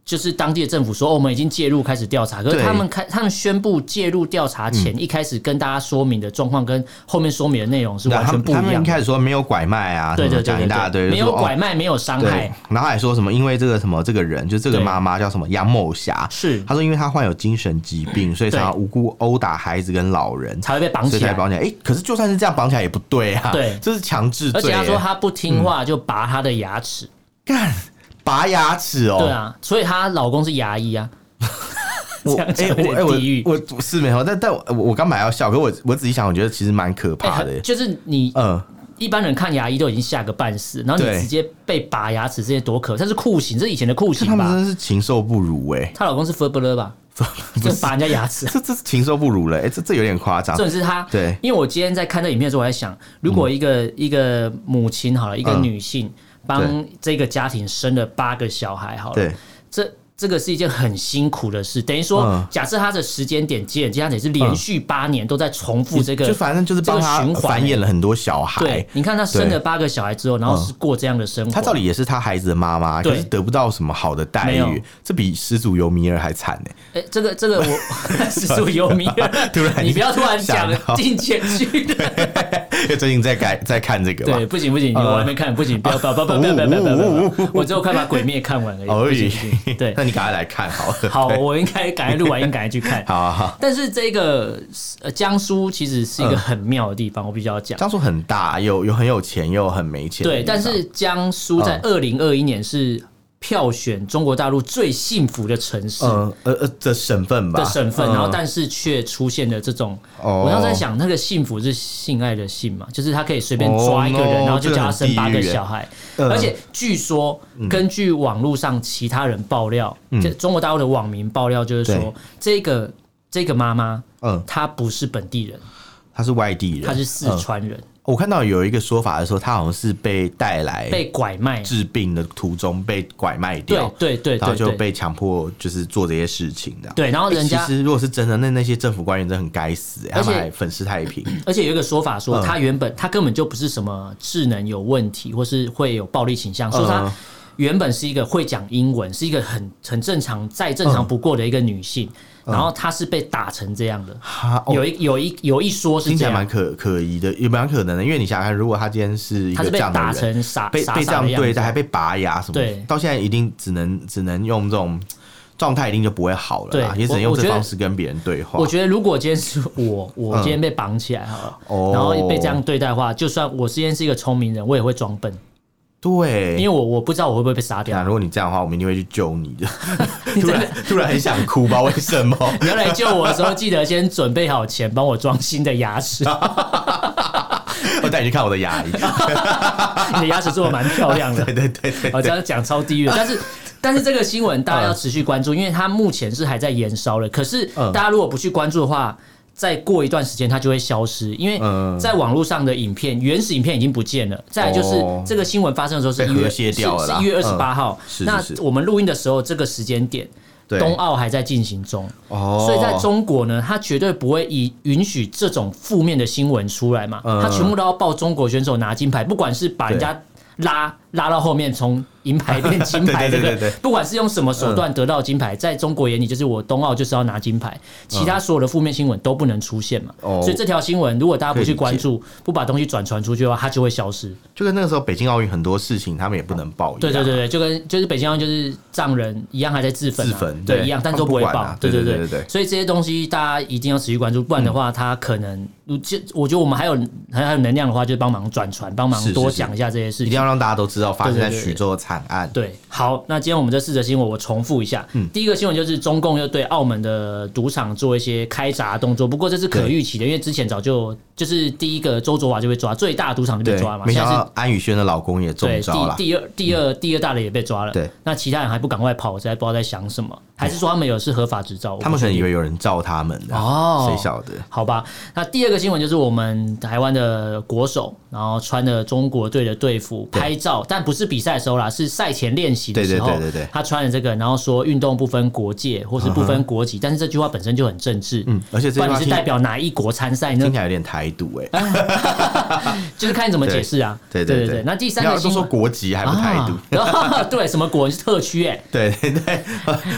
Speaker 1: 就是当地的政府说、哦我们已经介入开始调查，可是
Speaker 2: 对嗯
Speaker 1: 他们开他们宣布介入调查前，一开始跟大家说明的状况跟后面说明的内容是
Speaker 2: 那
Speaker 1: 完
Speaker 2: 他
Speaker 1: 全
Speaker 2: 们
Speaker 1: 不
Speaker 2: 他
Speaker 1: 一
Speaker 2: 们
Speaker 1: 样
Speaker 2: 一
Speaker 1: 的。
Speaker 2: 开始说没有拐卖啊，
Speaker 1: 对
Speaker 2: 什么
Speaker 1: 对
Speaker 2: 讲
Speaker 1: 对
Speaker 2: 一大
Speaker 1: 对对，
Speaker 2: 堆，
Speaker 1: 没
Speaker 2: 就
Speaker 1: 有
Speaker 2: 说哦
Speaker 1: 拐卖，没有伤
Speaker 2: 对
Speaker 1: 害，，
Speaker 2: 然后还说什么因为这个什么这个人，就这个
Speaker 1: 对
Speaker 2: 妈妈叫什么杨某霞，
Speaker 1: 是
Speaker 2: 她说因为她患有精神疾病，所以
Speaker 1: 嗯对
Speaker 2: 常常无故殴打孩子跟老人，
Speaker 1: 才会被绑
Speaker 2: 所
Speaker 1: 起
Speaker 2: 以才
Speaker 1: 来。
Speaker 2: 绑起来。哎，可是就算是这样绑起来也不对啊，
Speaker 1: 对
Speaker 2: 这是强制罪。
Speaker 1: 而且他说
Speaker 2: 诶
Speaker 1: 他不听话就拔他的牙齿，
Speaker 2: 嗯干拔牙齿哦，
Speaker 1: 对啊，所以她老公是牙医啊。 这样讲有点地
Speaker 2: 我哎我哎
Speaker 1: 狱
Speaker 2: 我我我是没有，但但我我刚买要笑，可我我仔细想，我觉得其实蛮可
Speaker 1: 哎
Speaker 2: 怕的。
Speaker 1: 很就是你
Speaker 2: 嗯，
Speaker 1: 一般人看牙医都已经吓个半死，然后你
Speaker 2: 对
Speaker 1: 直接被拔牙齿，这些多可怕！这是酷刑，这是以前的酷
Speaker 2: 他
Speaker 1: 刑
Speaker 2: 们
Speaker 1: 吧
Speaker 2: 真？的是禽兽不如 哎，
Speaker 1: 她老公是 f e r b l e 吧？就拔人家牙齿。
Speaker 2: 这这是禽兽不如了，哎，这这有点夸张
Speaker 1: 重。点是他，
Speaker 2: 对
Speaker 1: 因为我今天在看这影片的时候，我在想，如果一个、一个母亲好了，一个
Speaker 2: 嗯
Speaker 1: 女性帮这个家庭生了八个小孩好了，
Speaker 2: 对，
Speaker 1: 这这个是一件很辛苦的事，等于说，
Speaker 2: 嗯
Speaker 1: 假设他的时间点、接点、接点点是连续八年都在重复这个，
Speaker 2: 嗯就反正就是帮
Speaker 1: 这
Speaker 2: 他
Speaker 1: 个循环
Speaker 2: 繁衍了很多小孩
Speaker 1: 对，，你看他生
Speaker 2: 对
Speaker 1: 了八个小孩之后，然后是过这样的生活，
Speaker 2: 她照理也是她孩子的妈妈，
Speaker 1: 对
Speaker 2: 可是得不到什么好的待
Speaker 1: 没有
Speaker 2: 遇，这比始祖尤米尔还惨呢、
Speaker 1: 哎，这个这个我 是属于游民，
Speaker 2: 突然
Speaker 1: 你不要突然讲
Speaker 2: 想到
Speaker 1: 进前去的，
Speaker 2: 因为最近在改在看这个嘛
Speaker 1: 对，，不行不行，我还没看，不行，不要不要不要不要不要不要不要不要不
Speaker 2: 呃
Speaker 1: 要，我只有 快把《鬼灭》看完而
Speaker 2: 偶
Speaker 1: 已，
Speaker 2: 尔
Speaker 1: 不行不行，对
Speaker 2: ，那你赶快来看好了。
Speaker 1: 好，
Speaker 2: 对
Speaker 1: 我应该赶快录完，应该赶快去看。
Speaker 2: 好啊好，
Speaker 1: 但是这个呃江苏其实是一个很妙的地方，我必须要讲。
Speaker 2: 江苏很大，有有很有钱，又很没钱的
Speaker 1: 对，
Speaker 2: 地方。嗯
Speaker 1: 但是江苏在二零二一年是票选中国大陆最幸福的城市
Speaker 2: 呃呃呃的省份吧
Speaker 1: 的省份，
Speaker 2: 嗯
Speaker 1: 然后但是却出现了这种，
Speaker 2: 哦
Speaker 1: 我当时在想，那个幸福是性爱的性嘛，就是他可以随便抓一个
Speaker 2: Oh
Speaker 1: 人，
Speaker 2: no，
Speaker 1: 然后就叫他生八
Speaker 2: 这个
Speaker 1: 个
Speaker 2: 很地狱
Speaker 1: 小孩，
Speaker 2: 嗯
Speaker 1: 而且据说根据网络上其他人爆料，就中国大陆的网民爆料，就是
Speaker 2: 嗯对
Speaker 1: 说这个这个妈妈，
Speaker 2: 嗯，
Speaker 1: 她不是本地人，
Speaker 2: 他是外地人，
Speaker 1: 她是四
Speaker 2: 嗯
Speaker 1: 川人，
Speaker 2: 我看到有一个说法是说，他好像是被带来
Speaker 1: 被拐卖，
Speaker 2: 治病的途中被拐卖
Speaker 1: 对
Speaker 2: 掉，
Speaker 1: 对对
Speaker 2: 然后
Speaker 1: 对
Speaker 2: 就
Speaker 1: 对。
Speaker 2: 被强迫就是做这些事情这样。
Speaker 1: 对，然后
Speaker 2: 欸
Speaker 1: 人家、
Speaker 2: 其实如果是真的，那那些政府官员真的很该死、欸，他
Speaker 1: 而且
Speaker 2: 们还粉饰太平。
Speaker 1: 而且有一个说法说，
Speaker 2: 嗯
Speaker 1: 他原本他根本就不是什么智能有问题，或是会有暴力倾向，说他
Speaker 2: 嗯
Speaker 1: 原本是一个会讲英文，是一个很很正常、再正常不过的一个女性，然后她是被打成这样的。
Speaker 2: 哈，嗯哦
Speaker 1: 有一有一有一说是
Speaker 2: 听起
Speaker 1: 这
Speaker 2: 来蛮
Speaker 1: 样，
Speaker 2: 可可疑的，也蛮可能的，因为你想想看，如果他今天是一
Speaker 1: 她是
Speaker 2: 个这
Speaker 1: 被
Speaker 2: 样的
Speaker 1: 打
Speaker 2: 人，
Speaker 1: 成傻
Speaker 2: 被
Speaker 1: 傻
Speaker 2: 被这
Speaker 1: 傻
Speaker 2: 样
Speaker 1: 的样
Speaker 2: 对待，还
Speaker 1: 子。
Speaker 2: 被拔牙什么
Speaker 1: 对
Speaker 2: 的，到现在一定只能只能用这种状态，一定就不会好了啦，
Speaker 1: 对
Speaker 2: 也只能
Speaker 1: 我
Speaker 2: 用
Speaker 1: 我觉
Speaker 2: 这
Speaker 1: 得
Speaker 2: 方式跟别人对话。
Speaker 1: 我觉得如果今天是 我，我今天被绑起来好了，
Speaker 2: 哦
Speaker 1: 然后被这样对待的话，就算我今天是一个聪明人，我也会装笨，因
Speaker 2: 对
Speaker 1: 为。我我不知道我会不会被杀掉
Speaker 2: 那。哎如果你这样的话，我们一定会去救你 的。
Speaker 1: 你
Speaker 2: 突
Speaker 1: 真的
Speaker 2: 然突然很想哭，不知道为 什么。
Speaker 1: 你要来救我的时候，记得先准备好钱，帮我装新的牙齿。
Speaker 2: 我带你去看我的 牙医。
Speaker 1: 你的牙齿做的蛮漂亮的。
Speaker 2: 对对对对
Speaker 1: 我这
Speaker 2: 对，
Speaker 1: 样讲超地狱的，但是但是这个新闻大家要持续关注，因为它目前是还在延烧的。可是
Speaker 2: 嗯
Speaker 1: 大家如果不去关注的话，再过一段时间它就会消失，因为
Speaker 2: 嗯
Speaker 1: 在网络上的影片、原始影片已经不见了。再来就是
Speaker 2: 哦
Speaker 1: 这个新闻发生的时候是
Speaker 2: 被
Speaker 1: 一
Speaker 2: 和
Speaker 1: 月
Speaker 2: 谐掉了啦嗯
Speaker 1: 是一月二十八号
Speaker 2: 是是。
Speaker 1: 那
Speaker 2: 是
Speaker 1: 我们录音的时候这个时间点，
Speaker 2: 对
Speaker 1: 冬奥还在进行中。
Speaker 2: 哦
Speaker 1: 所以在中国呢，他绝对不会以允许这种负面的新闻出来嘛，
Speaker 2: 嗯
Speaker 1: 他全部都要报中国选手拿金牌，不管是把人家拉拉到后面从银牌变金 牌，
Speaker 2: 对对对
Speaker 1: 不
Speaker 2: 对嗯对
Speaker 1: 不管是用什么手段得到金牌，在中国眼里就是我冬奥就是要拿金牌，其他所有的负面新闻都不能出现嘛。
Speaker 2: 哦
Speaker 1: 所以这条新闻如果大家不去关注，不把东西转传出去的话，它就会消失。
Speaker 2: 就跟那个时候北京奥运很多事情，他们也不能啊报一样。
Speaker 1: 对对对对，就跟就是北京奥运就是藏人一样，还在自焚、啊，
Speaker 2: 自焚
Speaker 1: 对
Speaker 2: 对
Speaker 1: 一样，但都不会
Speaker 2: 他们不
Speaker 1: 报，
Speaker 2: 管啊
Speaker 1: 对
Speaker 2: 对嗯
Speaker 1: 对
Speaker 2: 对对对对
Speaker 1: 所以这些东西大家一定要持续关注，不然的话，它可能我这我觉得我们还有还还有能量的话，就帮忙转传，帮忙
Speaker 2: 是是
Speaker 1: 多
Speaker 2: 是
Speaker 1: 讲一下这些事
Speaker 2: 一
Speaker 1: 情
Speaker 2: 定。要让大家都知道发生在
Speaker 1: 对对对
Speaker 2: 徐州的惨案。
Speaker 1: 对，好，那今天我们这四则新闻我重复一下。
Speaker 2: 嗯
Speaker 1: 第一个新闻就是中共又对澳门的赌场做一些开闸动作，不过这是可预期的，因为之前早就就是第一个周卓华就被抓，最大的赌场就被
Speaker 2: 对
Speaker 1: 抓，嘛，
Speaker 2: 没
Speaker 1: 现
Speaker 2: 想
Speaker 1: 在是。
Speaker 2: 到安宇轩的老公也中
Speaker 1: 对，
Speaker 2: 招
Speaker 1: 第第
Speaker 2: 了。
Speaker 1: 二、第二、第二大的也被抓了。
Speaker 2: 嗯对，
Speaker 1: 那其他人还不赶快跑，我实在不知道在想什么，还是说他们有是合法执照？
Speaker 2: 他们可能
Speaker 1: 有。
Speaker 2: 以为有人罩他们的，
Speaker 1: 哦
Speaker 2: 谁晓得？
Speaker 1: 好吧，那第二个新闻就是我们台湾的国手，然后穿着中国队的队服拍照，但不是比赛的时候啦，是赛前练习的时候，
Speaker 2: 对对对对对
Speaker 1: 他穿着这个，然后说运动不分国界或是不分国籍，但是这句话本身就很政治，
Speaker 2: 嗯，而且这
Speaker 1: 不然
Speaker 2: 句话
Speaker 1: 你是
Speaker 2: 听
Speaker 1: 代表哪一国参赛呢
Speaker 2: 听起？来有点台独哎，
Speaker 1: 就是看你怎么解释啊。
Speaker 2: 对
Speaker 1: 对
Speaker 2: 对
Speaker 1: 对，那第三
Speaker 2: 不
Speaker 1: 个
Speaker 2: 要都
Speaker 1: 新
Speaker 2: 说
Speaker 1: 闻。
Speaker 2: 国籍还不台 独，
Speaker 1: 啊，对，什么国？你是特区哎、
Speaker 2: 对对 对，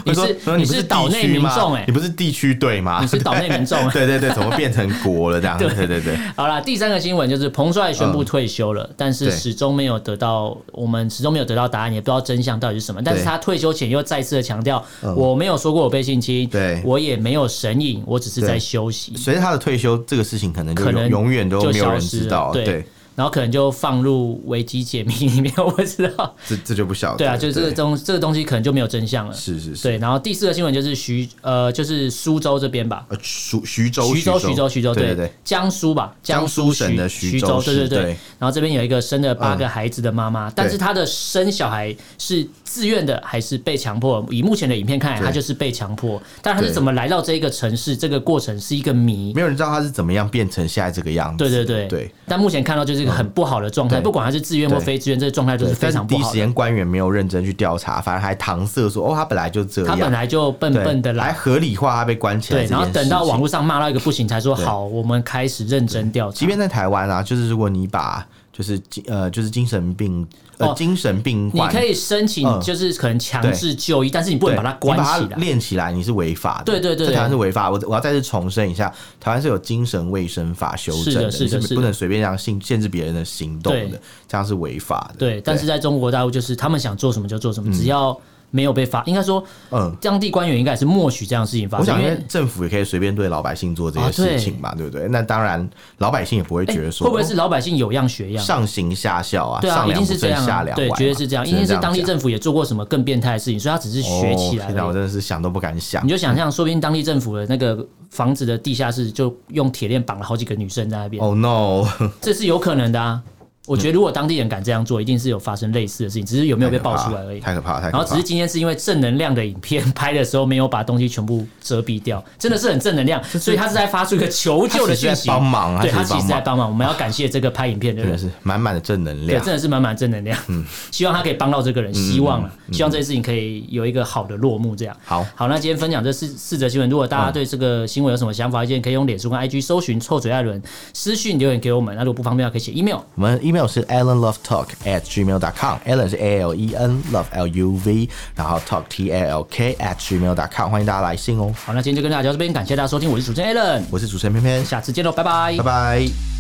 Speaker 1: 你
Speaker 2: 会
Speaker 1: 是
Speaker 2: 说说你
Speaker 1: 你
Speaker 2: 不
Speaker 1: 是
Speaker 2: 是
Speaker 1: 岛内
Speaker 2: 地区吗
Speaker 1: 民众欸
Speaker 2: 你不是地区队吗？
Speaker 1: 你是 岛内民众欸
Speaker 2: 对对对，怎么变成国 了这样？对对对，
Speaker 1: 好啦，第三个新闻就是彭帅宣布退休了，但是
Speaker 2: 嗯对
Speaker 1: 始终没有得到我们始终没有得到答案，也不知道真相到底是什么。但是他退休前又再次的强调，我没有说过我被性侵，
Speaker 2: 嗯对
Speaker 1: 我也没有神隐，我只是在
Speaker 2: 对
Speaker 1: 休息，
Speaker 2: 随着他的退休，这个事情可能就
Speaker 1: 可能
Speaker 2: 永永远都
Speaker 1: 就
Speaker 2: 没有
Speaker 1: 消
Speaker 2: 人
Speaker 1: 失
Speaker 2: 知
Speaker 1: 了。
Speaker 2: 道，
Speaker 1: 对
Speaker 2: 对，，
Speaker 1: 然后可能就放入维基解密里面，我不知 道。
Speaker 2: 这这就不晓得。
Speaker 1: 对啊，就是这个东这个东西可能就没有真相了。
Speaker 2: 是是是，
Speaker 1: 对，然后第四个新闻就是徐呃，就是苏州这边吧，
Speaker 2: 呃，徐徐州
Speaker 1: 徐州，徐州，徐州，
Speaker 2: 对
Speaker 1: 对
Speaker 2: 对，
Speaker 1: 江苏吧，
Speaker 2: 江苏省
Speaker 1: 徐
Speaker 2: 的徐
Speaker 1: 徐
Speaker 2: 州
Speaker 1: 州，对对
Speaker 2: 市
Speaker 1: 对
Speaker 2: 对。嗯
Speaker 1: 然后这边有一个生了八个孩子的妈妈，但是她的生小孩是自愿的还是被强迫？以目前的影片看来，
Speaker 2: 对
Speaker 1: 她就是被强迫。但她是
Speaker 2: 对
Speaker 1: 怎么来到这个城市？这个过程是一个谜。
Speaker 2: 没有人知道他是怎么样变成现在这个样子
Speaker 1: 对对
Speaker 2: 的。
Speaker 1: 对
Speaker 2: 对。嗯
Speaker 1: 但目前看到就是一个很不好的状态，
Speaker 2: 对
Speaker 1: 不管她是自愿或
Speaker 2: 对
Speaker 1: 非自愿，这个状态都是
Speaker 2: 对
Speaker 1: 非常
Speaker 2: 但
Speaker 1: 不
Speaker 2: 是第一
Speaker 1: 好
Speaker 2: 时
Speaker 1: 的。
Speaker 2: 间官员没有认真去调查，反而还搪塞说：“哦，他本来就这样。”
Speaker 1: 她本来就笨
Speaker 2: 对
Speaker 1: 笨的
Speaker 2: 还
Speaker 1: 来。
Speaker 2: 合理化他被关起来
Speaker 1: 对，
Speaker 2: 这件事
Speaker 1: 然后
Speaker 2: 情。
Speaker 1: 等到网络上骂到一个不行，才说好，我们开始认真调查
Speaker 2: 即。便在台湾啊，就是如果你把就是精呃就是精神病呃、
Speaker 1: 哦
Speaker 2: 精神病
Speaker 1: 你
Speaker 2: 患，
Speaker 1: 可以申请，
Speaker 2: 嗯
Speaker 1: 就是可能强制就医，但是你不
Speaker 2: 对
Speaker 1: 能把它关起
Speaker 2: 你把它
Speaker 1: 来。
Speaker 2: 练起来，你是违法的。
Speaker 1: 对对对
Speaker 2: 在
Speaker 1: 对
Speaker 2: 台湾是违法。我我要再次重申一下，台湾是有精神卫生法修正
Speaker 1: 是的
Speaker 2: 的，
Speaker 1: 是的
Speaker 2: 你
Speaker 1: 是的
Speaker 2: 不能随便这样限限制别人的行动
Speaker 1: 对
Speaker 2: 的，这样是违法的。
Speaker 1: 对，但是在中国大陆，就是他们想做什么就做什么，只要没有被罚，应该说
Speaker 2: 嗯，
Speaker 1: 当地官员应该也是默许这样的事情发
Speaker 2: 我
Speaker 1: 生。
Speaker 2: 想，
Speaker 1: 因
Speaker 2: 因
Speaker 1: 为
Speaker 2: 为政府也可以随便对老百姓做这
Speaker 1: 啊
Speaker 2: 些
Speaker 1: 对
Speaker 2: 事情嘛，对不对？那当然，老百姓也不会
Speaker 1: 哎
Speaker 2: 觉得说，哦
Speaker 1: 会不会是老百姓有样学样？
Speaker 2: 上行下效啊？
Speaker 1: 对啊，
Speaker 2: 上
Speaker 1: 一
Speaker 2: 梁
Speaker 1: 定
Speaker 2: 不
Speaker 1: 是这
Speaker 2: 正
Speaker 1: 样
Speaker 2: 下
Speaker 1: 啊，
Speaker 2: 梁
Speaker 1: 对，
Speaker 2: 歪
Speaker 1: 绝对
Speaker 2: 嘛
Speaker 1: 是这样，一
Speaker 2: 只能
Speaker 1: 定是当地
Speaker 2: 讲
Speaker 1: 政府也做过什么更变态的事情，所以他只是学起
Speaker 2: 哦
Speaker 1: 来
Speaker 2: 天哪，我
Speaker 1: 而已。
Speaker 2: 真的是想都不敢想
Speaker 1: 你。就想象，说不定当地政府的那个房子的地下室就用铁链绑了好几个女生在那边，
Speaker 2: Oh no！
Speaker 1: 这是有可能的啊。我
Speaker 2: 嗯
Speaker 1: 觉得如果当地人敢这样做，一定是有发生类似的事情，只是有没有被爆出来而 已。
Speaker 2: 啊太可怕了，太可怕
Speaker 1: 然
Speaker 2: 了。
Speaker 1: 后只是今天是因为正能量的影片拍的时候没有把东西全部遮蔽掉，真的是很正能量，所以他是在发出一个求救的讯
Speaker 2: 他其实
Speaker 1: 息，
Speaker 2: 在帮忙啊
Speaker 1: 对他
Speaker 2: 他
Speaker 1: 其
Speaker 2: 其实
Speaker 1: 实
Speaker 2: 帮忙啊
Speaker 1: 在帮忙，我们要感谢这个拍影片的
Speaker 2: 真的
Speaker 1: 人。
Speaker 2: 是满满的正能
Speaker 1: 对，
Speaker 2: 量
Speaker 1: 真。的是满满正能量，
Speaker 2: 嗯
Speaker 1: 希望他可以帮到这个人，希望了，希望这件事情可以有一个好的落幕。这样，
Speaker 2: 好嗯
Speaker 1: 好，那今天分享这四四则新闻，如果大家对这个新闻有什么想法、意见，可以用脸书跟 IG 搜寻“臭嘴艾伦”，私讯留言给我们。那如果不方便的话，可以写 email。
Speaker 2: 我们 email 是 allenlovetalk at gmail dot com，allen 是 A L E N love L U V，然后 talk T A L K at gmail dot com，欢迎大家来信哦。
Speaker 1: 好，那今天就跟大家聊到这边，感谢大家收听，我是主持人 Alan，
Speaker 2: 我是主持人偏偏，
Speaker 1: 下次见喽，拜拜
Speaker 2: 拜。拜。